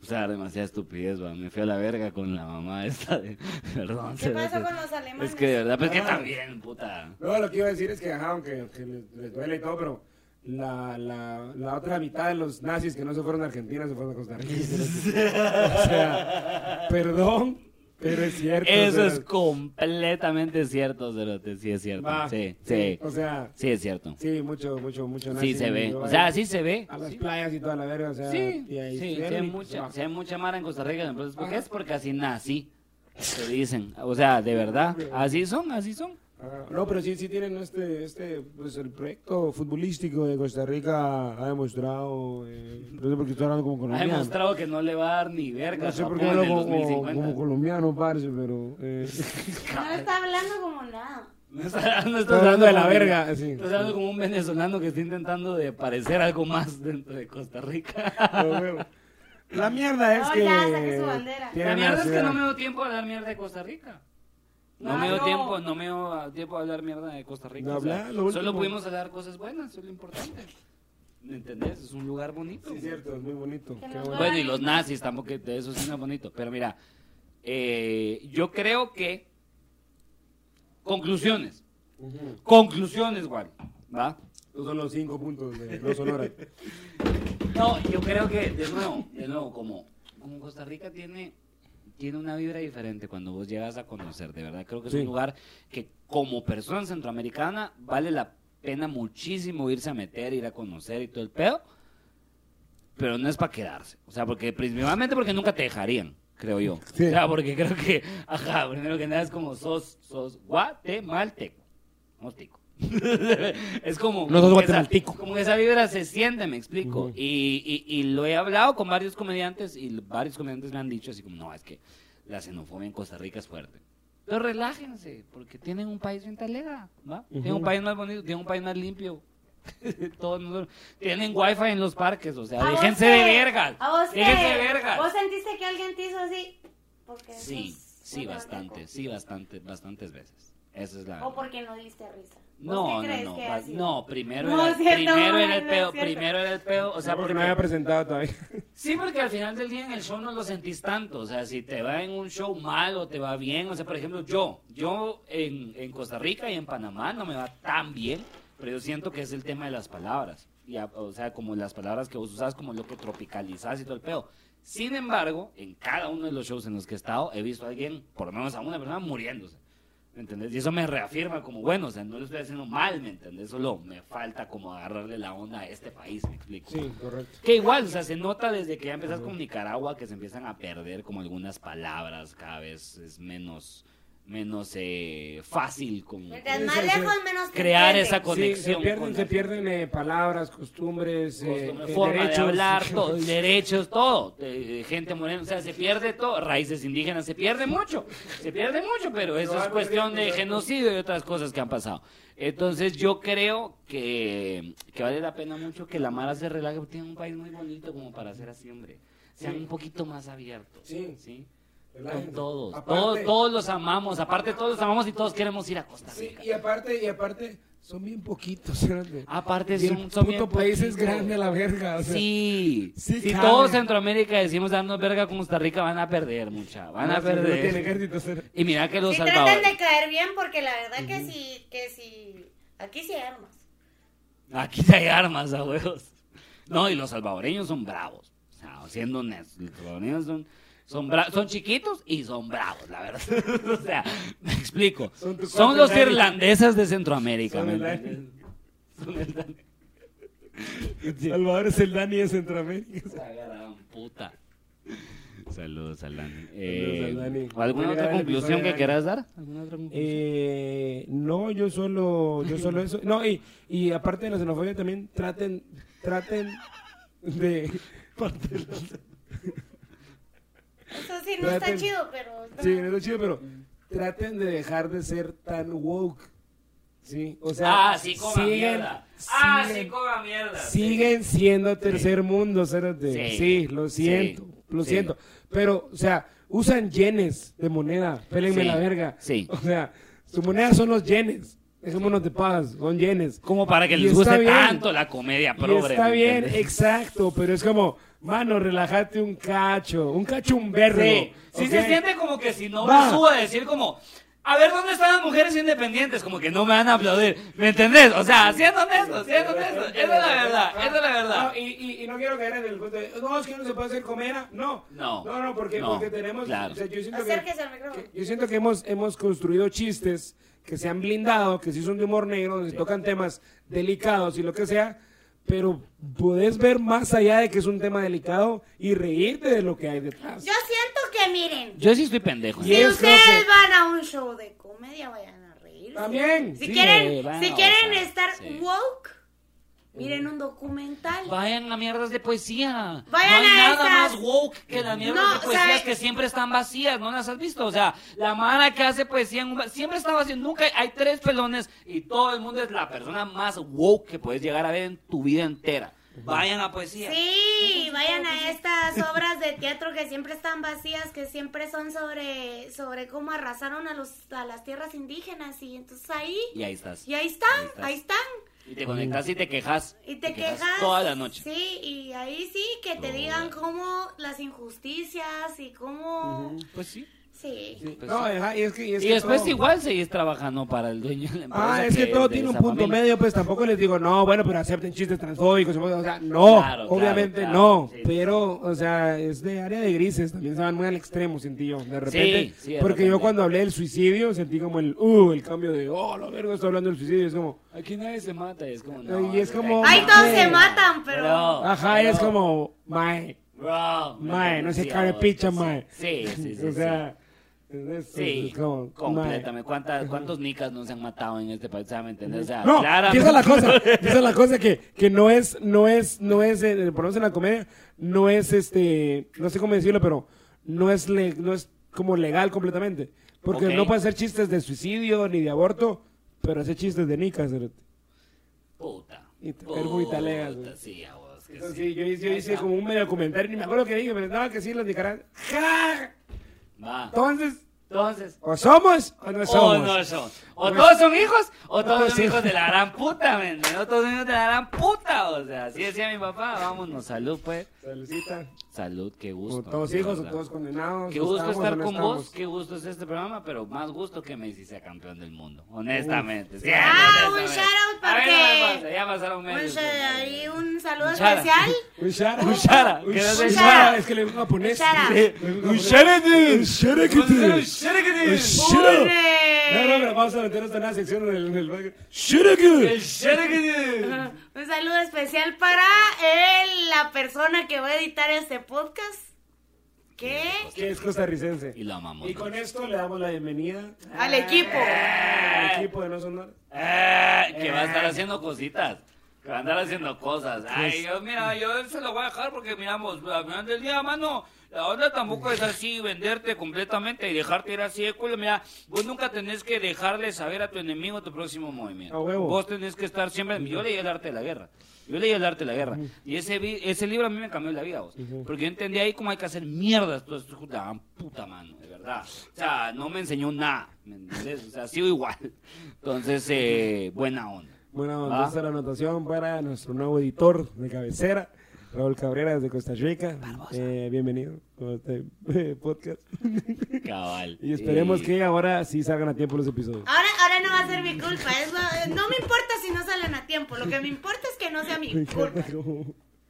[SPEAKER 2] O sea, demasiada estupidez, va. Me fui a la verga con la mamá esta de... Perdón.
[SPEAKER 1] ¿Qué pasó
[SPEAKER 2] cerote.
[SPEAKER 1] con los alemanes?
[SPEAKER 2] Es que de verdad, pues que
[SPEAKER 3] Ah.
[SPEAKER 2] también, puta.
[SPEAKER 3] No, lo que iba a decir es que, ajá, aunque que les, les duele y todo, pero la, la, la otra mitad de los nazis que no se fueron a Argentina se fueron a Costa Rica. o sea, perdón, pero es cierto.
[SPEAKER 2] Eso
[SPEAKER 3] o sea,
[SPEAKER 2] es completamente cierto, Cerote. Sí, es cierto.
[SPEAKER 3] va.
[SPEAKER 2] Sí, sí.
[SPEAKER 3] O sea,
[SPEAKER 2] Sí, es cierto.
[SPEAKER 3] sí, mucho, mucho, mucho nazi.
[SPEAKER 2] Sí se ve.
[SPEAKER 3] Yo
[SPEAKER 2] O sea,
[SPEAKER 3] ahí
[SPEAKER 2] sí se ve.
[SPEAKER 3] A las playas y toda la verga, o sea.
[SPEAKER 2] Sí,
[SPEAKER 3] eh. Ah, y ahí
[SPEAKER 2] sí, sí
[SPEAKER 3] estuvieron
[SPEAKER 2] hay
[SPEAKER 3] y- ah,
[SPEAKER 2] mucha,
[SPEAKER 3] va.
[SPEAKER 2] sí hay mucha mara en Costa Rica. Entonces, ¿por qué es? Porque así nací. Te dicen. O sea, de verdad. Así son, así son.
[SPEAKER 3] Ajá. ah, No, pero sí, sí tienen este, este, pues el proyecto futbolístico de Costa Rica ha demostrado, eh, no sé por qué estoy hablando como
[SPEAKER 2] Ha
[SPEAKER 3] colombiano.
[SPEAKER 2] demostrado que no le va a dar ni verga.
[SPEAKER 3] No sé
[SPEAKER 2] Japón
[SPEAKER 3] por
[SPEAKER 2] en
[SPEAKER 3] qué hablo
[SPEAKER 2] el
[SPEAKER 3] como,
[SPEAKER 2] 2050.
[SPEAKER 3] como colombiano, parce, pero... eh,
[SPEAKER 1] No está hablando como nada.
[SPEAKER 2] No está- no
[SPEAKER 3] Estoy hablando de la
[SPEAKER 2] como-
[SPEAKER 3] verga, sí.
[SPEAKER 2] Estás hablando como un venezolano que está intentando de parecer algo más dentro de Costa Rica.
[SPEAKER 3] pero bueno. La mierda es
[SPEAKER 1] No,
[SPEAKER 3] que...
[SPEAKER 1] ya, saque su bandera.
[SPEAKER 3] tienen
[SPEAKER 2] La mierda es que
[SPEAKER 3] ciudad-
[SPEAKER 2] no me dio tiempo a hablar mierda de Costa Rica. No,
[SPEAKER 1] Ah,
[SPEAKER 2] me dio
[SPEAKER 1] no.
[SPEAKER 2] tiempo, no me dio tiempo a hablar mierda de Costa Rica.
[SPEAKER 3] No
[SPEAKER 2] o sea,
[SPEAKER 3] hablar, lo
[SPEAKER 2] solo
[SPEAKER 3] último.
[SPEAKER 2] pudimos hablar cosas buenas, eso es lo importante. ¿Me entendés? Es un lugar bonito.
[SPEAKER 3] Sí, es cierto, es muy bonito.
[SPEAKER 1] Que
[SPEAKER 3] qué
[SPEAKER 1] nos
[SPEAKER 3] bueno.
[SPEAKER 1] va-
[SPEAKER 2] Bueno, y los nazis tampoco, que de eso sí no es bonito. Pero mira, eh, yo creo que. Conclusiones.
[SPEAKER 3] Ujú.
[SPEAKER 2] Conclusiones, Wally. ¿Va?
[SPEAKER 3] Esos son los cinco puntos de los Sonora.
[SPEAKER 2] No, yo creo que, de nuevo, de nuevo, como, como Costa Rica tiene tiene una vibra diferente cuando vos llegas a conocer, de verdad. Creo que es
[SPEAKER 3] Sí.
[SPEAKER 2] un lugar que como persona centroamericana vale la pena muchísimo irse a meter, ir a conocer y todo el pedo, pero no es para quedarse. O sea, porque principalmente porque nunca te dejarían, creo yo.
[SPEAKER 3] Sí.
[SPEAKER 2] O sea, porque creo que, ajá, primero que nada es como sos, sos guatemalteco. No tico. es como...
[SPEAKER 3] No
[SPEAKER 2] como
[SPEAKER 3] sos
[SPEAKER 2] que esa-
[SPEAKER 3] guatemalteco.
[SPEAKER 2] Como que esa vibra se siente, me explico.
[SPEAKER 3] Ujú.
[SPEAKER 2] y, y, y lo he hablado con varios comediantes y l- varios comediantes me han dicho así como, no, es que la xenofobia en Costa Rica es fuerte. Pero relájense, porque tienen un país bien talega, ¿va? Tienen un
[SPEAKER 3] Ujú.
[SPEAKER 2] país más bonito, tienen un país más limpio. Todos nosotros- Tienen wifi en los parques, o sea,
[SPEAKER 1] ¿A vos
[SPEAKER 2] déjense
[SPEAKER 1] qué?
[SPEAKER 2] de vergas.
[SPEAKER 1] ¿A vos qué?
[SPEAKER 2] Déjense de vergas.
[SPEAKER 1] ¿Vos sentiste que alguien te hizo así? Porque
[SPEAKER 2] Sí,
[SPEAKER 1] sos
[SPEAKER 2] sí,
[SPEAKER 1] guatemalteco.
[SPEAKER 2] bastante, sí, bastante, bastantes veces. Esa es la...
[SPEAKER 1] O porque no diste risa. ¿Vos
[SPEAKER 2] No,
[SPEAKER 1] qué
[SPEAKER 2] no,
[SPEAKER 1] crees
[SPEAKER 2] no,
[SPEAKER 1] que
[SPEAKER 2] va-
[SPEAKER 1] ha sido?
[SPEAKER 2] no, primero
[SPEAKER 1] No
[SPEAKER 2] era,
[SPEAKER 1] es cierto,
[SPEAKER 2] primero
[SPEAKER 1] no,
[SPEAKER 2] era el
[SPEAKER 1] no es
[SPEAKER 2] pedo,
[SPEAKER 1] cierto.
[SPEAKER 2] primero era el pedo, o sea,
[SPEAKER 3] porque
[SPEAKER 2] porque
[SPEAKER 3] no había presentado todavía.
[SPEAKER 2] Sí, porque al final del día en el show no lo sentís tanto. O sea, si te va en un show mal o te va bien. O sea, por ejemplo, yo, yo en, en Costa Rica y en Panamá no me va tan bien, pero yo siento que es el tema de las palabras. Y a- o sea, como las palabras que vos usás, como lo que tropicalizás y todo el pedo. Sin embargo, en cada uno de los shows en los que he estado, he visto a alguien, por lo menos a una persona, muriéndose. ¿Me entendés? Y eso me reafirma como, bueno, o sea, no lo estoy haciendo mal, ¿me entendés? Solo me falta como agarrarle la onda a este país, ¿me explico?
[SPEAKER 3] Sí, correcto.
[SPEAKER 2] Que igual, o sea, se nota desde que ya empezás con Nicaragua que se empiezan a perder como algunas palabras, cada vez es menos, menos eh, fácil como
[SPEAKER 1] Mientras
[SPEAKER 3] Sí,
[SPEAKER 1] más
[SPEAKER 3] sí, sí.
[SPEAKER 1] lejos, menos te
[SPEAKER 2] crear
[SPEAKER 1] entienden.
[SPEAKER 2] esa
[SPEAKER 3] Sí,
[SPEAKER 2] conexión.
[SPEAKER 3] se
[SPEAKER 2] con
[SPEAKER 3] pierden, se
[SPEAKER 2] la-
[SPEAKER 3] pierden eh, palabras, costumbres, eh,
[SPEAKER 2] costumbre,
[SPEAKER 3] eh,
[SPEAKER 2] forma
[SPEAKER 3] derechos.
[SPEAKER 2] de hablar, todo, derechos, todo, eh, gente morena, o sea, se pierde todo, raíces indígenas, se pierde mucho, se pierde mucho, pero eso es cuestión de genocidio y otras cosas que han pasado. Entonces yo creo que, que vale la pena mucho que la Mara se relaje, porque tiene un país muy bonito como para hacer así, hombre. Sean un poquito más abiertos.
[SPEAKER 3] Sí.
[SPEAKER 2] ¿sí?
[SPEAKER 3] Relájense.
[SPEAKER 2] Con todos,
[SPEAKER 4] Aparte-
[SPEAKER 2] todos, todos los amamos, aparte todos los amamos y todos queremos ir a Costa
[SPEAKER 4] Sí,
[SPEAKER 2] Rica.
[SPEAKER 4] y aparte, y aparte, son bien poquitos. espérate.
[SPEAKER 2] Aparte
[SPEAKER 4] Y el
[SPEAKER 2] son, son bien
[SPEAKER 4] puto país es
[SPEAKER 2] poquitos.
[SPEAKER 4] grande a la verga. o sea.
[SPEAKER 2] Sí,
[SPEAKER 4] Sí,
[SPEAKER 2] si
[SPEAKER 4] cabe.
[SPEAKER 2] todo Centroamérica decimos darnos verga con Costa Rica, van a perder, mucha, van a
[SPEAKER 4] No, no tiene
[SPEAKER 2] perder.
[SPEAKER 4] ejército, o sea.
[SPEAKER 2] Y mira que los
[SPEAKER 1] Sí, tratan
[SPEAKER 2] salvadores.
[SPEAKER 1] de caer bien porque la verdad que sí, que sí, aquí sí hay armas.
[SPEAKER 2] Aquí sí hay armas a huevos. No, y los salvadoreños son bravos. O sea, siendo honestos, los salvadoreños son, son, bra- son chiquitos y son bravos, la verdad. o sea, me explico.
[SPEAKER 4] Son
[SPEAKER 2] Son,
[SPEAKER 4] tus cuates,
[SPEAKER 2] los
[SPEAKER 4] Dani.
[SPEAKER 2] irlandeses de Centroamérica.
[SPEAKER 4] Son
[SPEAKER 2] ¿me
[SPEAKER 4] el Dani.
[SPEAKER 2] entiendes? Son el Dani.
[SPEAKER 4] Salvador es el Dani de Centroamérica.
[SPEAKER 2] Esa gran puta. Saludos al Dani.
[SPEAKER 4] al Dani. pues,
[SPEAKER 2] Eh, ¿Alguna
[SPEAKER 4] Voy a
[SPEAKER 2] otra
[SPEAKER 4] grabar el
[SPEAKER 2] conclusión
[SPEAKER 4] episodio
[SPEAKER 2] que
[SPEAKER 4] de
[SPEAKER 2] quieras dar? ¿Alguna otra conclusión?
[SPEAKER 3] Eh, no, yo solo, yo solo eso. No, y, y aparte de la xenofobia también traten, traten de...
[SPEAKER 1] Eso sí no
[SPEAKER 4] Traten-
[SPEAKER 1] está chido, pero
[SPEAKER 4] Sí, no es chido, pero traten de dejar de ser tan woke. Sí, o sea,
[SPEAKER 2] ah, sí, coma
[SPEAKER 4] siguen,
[SPEAKER 2] mierda. Ah, sí,
[SPEAKER 4] siguen,
[SPEAKER 2] coma mierda.
[SPEAKER 4] siguen siendo tercer mundo, cérate.
[SPEAKER 2] Sí.
[SPEAKER 4] Sí, lo siento,
[SPEAKER 2] Sí.
[SPEAKER 4] lo
[SPEAKER 2] Sí.
[SPEAKER 4] siento. Pero, o sea, usan yenes de moneda, pélenme
[SPEAKER 2] Sí.
[SPEAKER 4] la verga.
[SPEAKER 2] Sí.
[SPEAKER 4] O sea, su moneda son los yenes. Dejémonos de paz, son yenes.
[SPEAKER 2] Como para que
[SPEAKER 4] Y
[SPEAKER 2] les
[SPEAKER 4] está
[SPEAKER 2] guste
[SPEAKER 4] bien.
[SPEAKER 2] tanto la comedia
[SPEAKER 4] Y
[SPEAKER 2] progre.
[SPEAKER 4] está
[SPEAKER 2] ¿me
[SPEAKER 4] bien,
[SPEAKER 2] entiendes?
[SPEAKER 4] exacto, pero es como, mano, relájate un cacho, un cacho un verbo.
[SPEAKER 2] Sí, sí
[SPEAKER 4] ¿ok?
[SPEAKER 2] se siente como que si no
[SPEAKER 4] Va.
[SPEAKER 2] me subo a decir como... A ver, ¿dónde están las mujeres independientes? Como que no me van a aplaudir. ¿Me entendés? O sea, siendo honesto, siendo honesto. Esa es la verdad, esa es la verdad.
[SPEAKER 4] Ah, No, y, y, y no quiero caer en el punto de, no, es que no se puede hacer comedia. No,
[SPEAKER 2] No.
[SPEAKER 4] no, no, porque,
[SPEAKER 2] No,
[SPEAKER 4] porque tenemos,
[SPEAKER 2] claro.
[SPEAKER 4] o sea, yo siento que,
[SPEAKER 1] acérquese al micrófono.
[SPEAKER 4] que- yo siento que hemos, hemos construido chistes que se han blindado, que sí son de humor negro, donde se tocan temas delicados y lo que sea, pero podés ver más allá de que es un tema delicado y reírte de lo que hay detrás.
[SPEAKER 1] Yo siento que miren,
[SPEAKER 2] Yo sí estoy pendejo.
[SPEAKER 4] Y
[SPEAKER 1] si
[SPEAKER 4] es lo que-
[SPEAKER 1] ustedes van a un show de comedia vayan a reír.
[SPEAKER 4] También.
[SPEAKER 1] Si
[SPEAKER 4] sí,
[SPEAKER 1] quieren,
[SPEAKER 2] van
[SPEAKER 1] si
[SPEAKER 2] a
[SPEAKER 1] quieren
[SPEAKER 2] gozar,
[SPEAKER 1] estar
[SPEAKER 2] sí. Eh.
[SPEAKER 1] woke, miren un documental.
[SPEAKER 2] Vayan a mierdas de poesía.
[SPEAKER 1] Vayan
[SPEAKER 2] no hay
[SPEAKER 1] a
[SPEAKER 2] nada
[SPEAKER 1] esas.
[SPEAKER 2] más woke que las mierdas
[SPEAKER 1] No,
[SPEAKER 2] de
[SPEAKER 1] o
[SPEAKER 2] poesías
[SPEAKER 1] sea,
[SPEAKER 2] que siempre están vacías. ¿No las has visto? O sea, la mara que hace poesía en un ba- siempre está vacía. Nunca hay, hay tres pelones y todo el mundo es la persona más woke que puedes llegar a ver en tu vida entera. Vayan a poesía.
[SPEAKER 1] Sí, vayan a estas obras de teatro que siempre están vacías, que siempre son sobre, sobre cómo arrasaron a los a las tierras indígenas y entonces ahí
[SPEAKER 2] Y ahí estás.
[SPEAKER 1] y ahí están,
[SPEAKER 2] Ahí estás.
[SPEAKER 1] ahí están
[SPEAKER 2] Y te conectas y te quejas.
[SPEAKER 1] y te, quejas,
[SPEAKER 2] toda la noche.
[SPEAKER 1] Sí, y ahí sí que te
[SPEAKER 2] Toda.
[SPEAKER 1] digan cómo las injusticias y cómo
[SPEAKER 2] Pues sí.
[SPEAKER 1] Sí.
[SPEAKER 2] Pues
[SPEAKER 3] no,
[SPEAKER 2] sí.
[SPEAKER 3] ajá, y es que. y es
[SPEAKER 2] Y
[SPEAKER 3] que
[SPEAKER 2] después
[SPEAKER 3] todo-
[SPEAKER 2] igual seguís trabajando para el dueño de la empresa.
[SPEAKER 3] Ah, es que todo
[SPEAKER 2] de
[SPEAKER 3] tiene un
[SPEAKER 2] esa
[SPEAKER 3] punto
[SPEAKER 2] familia.
[SPEAKER 3] medio, pues tampoco les digo, no, bueno, pero acepten chistes transfóbicos, o sea, no,
[SPEAKER 2] Claro, claro,
[SPEAKER 3] obviamente
[SPEAKER 2] claro,
[SPEAKER 3] no,
[SPEAKER 2] sí.
[SPEAKER 3] pero, o sea, es de área de grises, también se van muy al extremo, sentí yo, de repente,
[SPEAKER 2] sí, de
[SPEAKER 3] porque yo
[SPEAKER 2] repente.
[SPEAKER 3] cuando hablé del suicidio, sentí como el, uh, el cambio de, oh, lo vergo, estoy hablando del suicidio, es como,
[SPEAKER 2] Aquí nadie se mata, es como...
[SPEAKER 3] Y es como-
[SPEAKER 1] Ahí todos se
[SPEAKER 3] Bro.
[SPEAKER 1] matan, pero.
[SPEAKER 3] ajá, es
[SPEAKER 2] bro,
[SPEAKER 3] como, mae,
[SPEAKER 2] Bro.
[SPEAKER 3] mae, no se
[SPEAKER 2] Sí,
[SPEAKER 3] cabe
[SPEAKER 2] vos,
[SPEAKER 3] picha,
[SPEAKER 2] sí.
[SPEAKER 3] mae,
[SPEAKER 2] Ah, Sí, sí, sí.
[SPEAKER 3] o
[SPEAKER 2] sí.
[SPEAKER 3] sea, es- es-
[SPEAKER 2] Sí,
[SPEAKER 3] es como, mae.
[SPEAKER 2] completamente. ¿Cuántas- ¿Cuántos nicas no se han matado en este país? O sea, ¿me entiendes? O sea,
[SPEAKER 3] No,
[SPEAKER 2] claramente-
[SPEAKER 3] y esa es la cosa, y esa es la cosa que, que no es, no es, no es, eh, por lo menos en la comedia, no es este, no sé cómo decirlo, pero no es, le- no es como legal completamente. Porque
[SPEAKER 2] Ok.
[SPEAKER 3] no puede hacer chistes de suicidio ni de aborto, pero hace chistes de nicas. ¿verdad?
[SPEAKER 2] Puta.
[SPEAKER 3] Y te perjudica, leas,
[SPEAKER 2] Puta,
[SPEAKER 3] güey.
[SPEAKER 2] Sí, a vos, que
[SPEAKER 3] Entonces,
[SPEAKER 2] sí.
[SPEAKER 3] sí, yo, hice- yo hice como un medio comentario, ni me acuerdo qué dije, pero estaba que sí, los nicaragüenses. ¡Ja!
[SPEAKER 2] Va.
[SPEAKER 3] Entonces,
[SPEAKER 2] Entonces...
[SPEAKER 3] o somos o no
[SPEAKER 2] O
[SPEAKER 3] somos.
[SPEAKER 2] no son. O todos son hijos, o todos
[SPEAKER 3] Pues
[SPEAKER 2] son
[SPEAKER 3] sí.
[SPEAKER 2] hijos de la gran puta, ¿me entiendes? O todos son hijos de la gran puta, o sea, así decía mi papá, vámonos, salud, pues.
[SPEAKER 3] Saludcita.
[SPEAKER 2] Salud, qué gusto.
[SPEAKER 3] O todos
[SPEAKER 2] de
[SPEAKER 3] hijos o
[SPEAKER 2] verdad.
[SPEAKER 3] todos condenados.
[SPEAKER 2] Qué
[SPEAKER 3] o
[SPEAKER 2] gusto
[SPEAKER 3] estamos o
[SPEAKER 2] estar
[SPEAKER 3] no
[SPEAKER 2] con vos,
[SPEAKER 3] estamos.
[SPEAKER 2] qué gusto es este programa, pero más gusto que Messi sea campeón del mundo, honestamente. sí,
[SPEAKER 1] Ah,
[SPEAKER 2] honestamente.
[SPEAKER 1] un shout-out
[SPEAKER 2] A ver, no me
[SPEAKER 1] porque-
[SPEAKER 2] pasa, ya pasaron
[SPEAKER 1] Un,
[SPEAKER 2] meses.
[SPEAKER 1] sa- Pues, eh, ahí un saludo
[SPEAKER 2] Un shout-out.
[SPEAKER 1] especial.
[SPEAKER 3] Un shara.
[SPEAKER 2] Un shara,
[SPEAKER 3] Un
[SPEAKER 2] que no sé-
[SPEAKER 3] shara. Es que le digo japonés.
[SPEAKER 1] Shara.
[SPEAKER 3] Un shara. Un shara que te-
[SPEAKER 2] Un shuriken.
[SPEAKER 3] Un shara. No, no,
[SPEAKER 1] ¡Ole!
[SPEAKER 3] pero vamos a meter esto en una sección en el- en el...
[SPEAKER 2] El
[SPEAKER 3] ¡Shuriken!
[SPEAKER 2] shuriken.
[SPEAKER 1] Un saludo especial para el- la persona que va a editar este podcast. ¿Qué?
[SPEAKER 3] Que es costarricense.
[SPEAKER 2] Y lo amamos.
[SPEAKER 3] Y con esto le damos la bienvenida
[SPEAKER 1] Al equipo.
[SPEAKER 3] al equipo de No Sonar.
[SPEAKER 2] Eh, que va a estar haciendo cositas. Que va a andar haciendo cosas. Ay, yo, mira, yo se lo voy a dejar porque, miramos, al final del día, mano, la onda tampoco es así, venderte completamente y dejarte ir así de culo. Mira, vos nunca tenés que dejarle saber a tu enemigo tu próximo movimiento.
[SPEAKER 3] A huevo.
[SPEAKER 2] Vos tenés que estar siempre. Yo leí el arte de la guerra. Yo leí el arte de la guerra. Y ese, vi- ese libro a mí me cambió la vida, vos. Porque yo entendí ahí cómo hay que hacer mierdas. Pues, puta, puta mano, de verdad. O sea, no me enseñó nada. ¿Me entendés? O sea, sigo igual. Entonces, eh, buena onda.
[SPEAKER 3] Bueno,
[SPEAKER 2] Ah.
[SPEAKER 3] entonces la anotación para nuestro nuevo editor de cabecera, Raúl Cabrera desde Costa Rica. Eh, bienvenido a este eh, podcast.
[SPEAKER 2] Cabal.
[SPEAKER 3] Y esperemos
[SPEAKER 2] Eh,
[SPEAKER 3] que ahora sí salgan a tiempo los episodios.
[SPEAKER 1] Ahora, ahora no va a ser mi culpa. es lo- eh, no me importa si no salen a tiempo. Lo que me importa es que no sea mi culpa.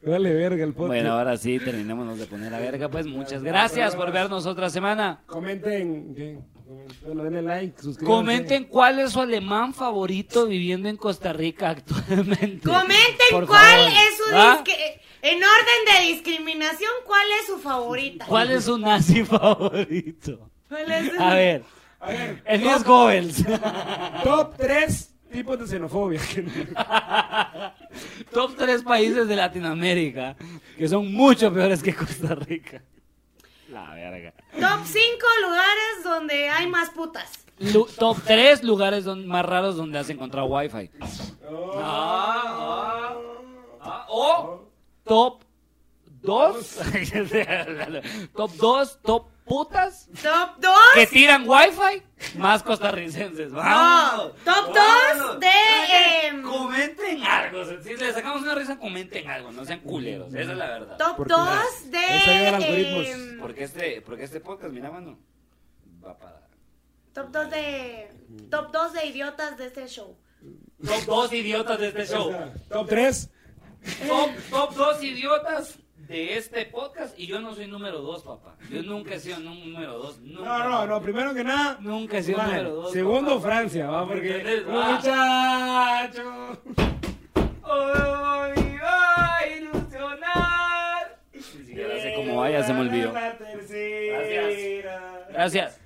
[SPEAKER 3] Dale verga el podcast.
[SPEAKER 2] Bueno, ahora sí, terminémonos de poner la verga. Pues muchas gracias por vernos otra semana.
[SPEAKER 3] Comenten, ¿qué? bueno, denle like, suscríbanse.
[SPEAKER 2] Comenten cuál es su alemán favorito viviendo en Costa Rica actualmente.
[SPEAKER 1] Comenten
[SPEAKER 2] Por
[SPEAKER 1] cuál
[SPEAKER 2] favor. ¿Ah?
[SPEAKER 1] es su
[SPEAKER 2] ¿Va?
[SPEAKER 1] disque- en orden de discriminación, cuál es su favorita.
[SPEAKER 2] ¿Cuál es su nazi favorito?
[SPEAKER 1] ¿Cuál es su-
[SPEAKER 2] A ver,
[SPEAKER 3] A ver,
[SPEAKER 2] el mío es Goebbels.
[SPEAKER 3] top 3 tipos de xenofobia.
[SPEAKER 2] Top tres países de Latinoamérica que son mucho peores que Costa Rica. La verga.
[SPEAKER 1] Top 5 lugares donde hay más putas.
[SPEAKER 2] Lu- top 3 lugares don- más raros donde has encontrado wifi. Ah, ah, ah, o top 2. top 2, top putas
[SPEAKER 1] Top
[SPEAKER 2] que
[SPEAKER 1] 2.
[SPEAKER 2] tiran wifi más costarricenses. Vamos.
[SPEAKER 1] top
[SPEAKER 2] Vamos.
[SPEAKER 1] dos de,
[SPEAKER 2] Oigan,
[SPEAKER 1] em,
[SPEAKER 2] Comenten algo. Si le sacamos una risa, comenten algo. No sean culeros. Esa es la verdad.
[SPEAKER 1] Top
[SPEAKER 3] Porque
[SPEAKER 1] 2 de.
[SPEAKER 3] eso ayuda a los algoritmos.
[SPEAKER 1] em,
[SPEAKER 2] Porque este, porque este podcast, mira, mano, va para.
[SPEAKER 1] top 2 de. Top 2 de idiotas de este show.
[SPEAKER 2] Top 2 idiotas de este show.
[SPEAKER 3] top 3,
[SPEAKER 2] Top, top dos idiotas de este podcast y yo no soy número dos, papá. Yo nunca he sido un número dos. Nunca,
[SPEAKER 3] no, no, no, primero que nada,
[SPEAKER 2] Nunca he sido
[SPEAKER 3] Vale.
[SPEAKER 2] número dos.
[SPEAKER 3] Segundo
[SPEAKER 2] papá.
[SPEAKER 3] Francia, va, porque
[SPEAKER 2] ¿Entendés? Ah.
[SPEAKER 3] muchacho.
[SPEAKER 2] Hoy va a ilusionar. Ni siquiera sé cómo vaya, se me olvidó.
[SPEAKER 3] La tercera.
[SPEAKER 2] Gracias.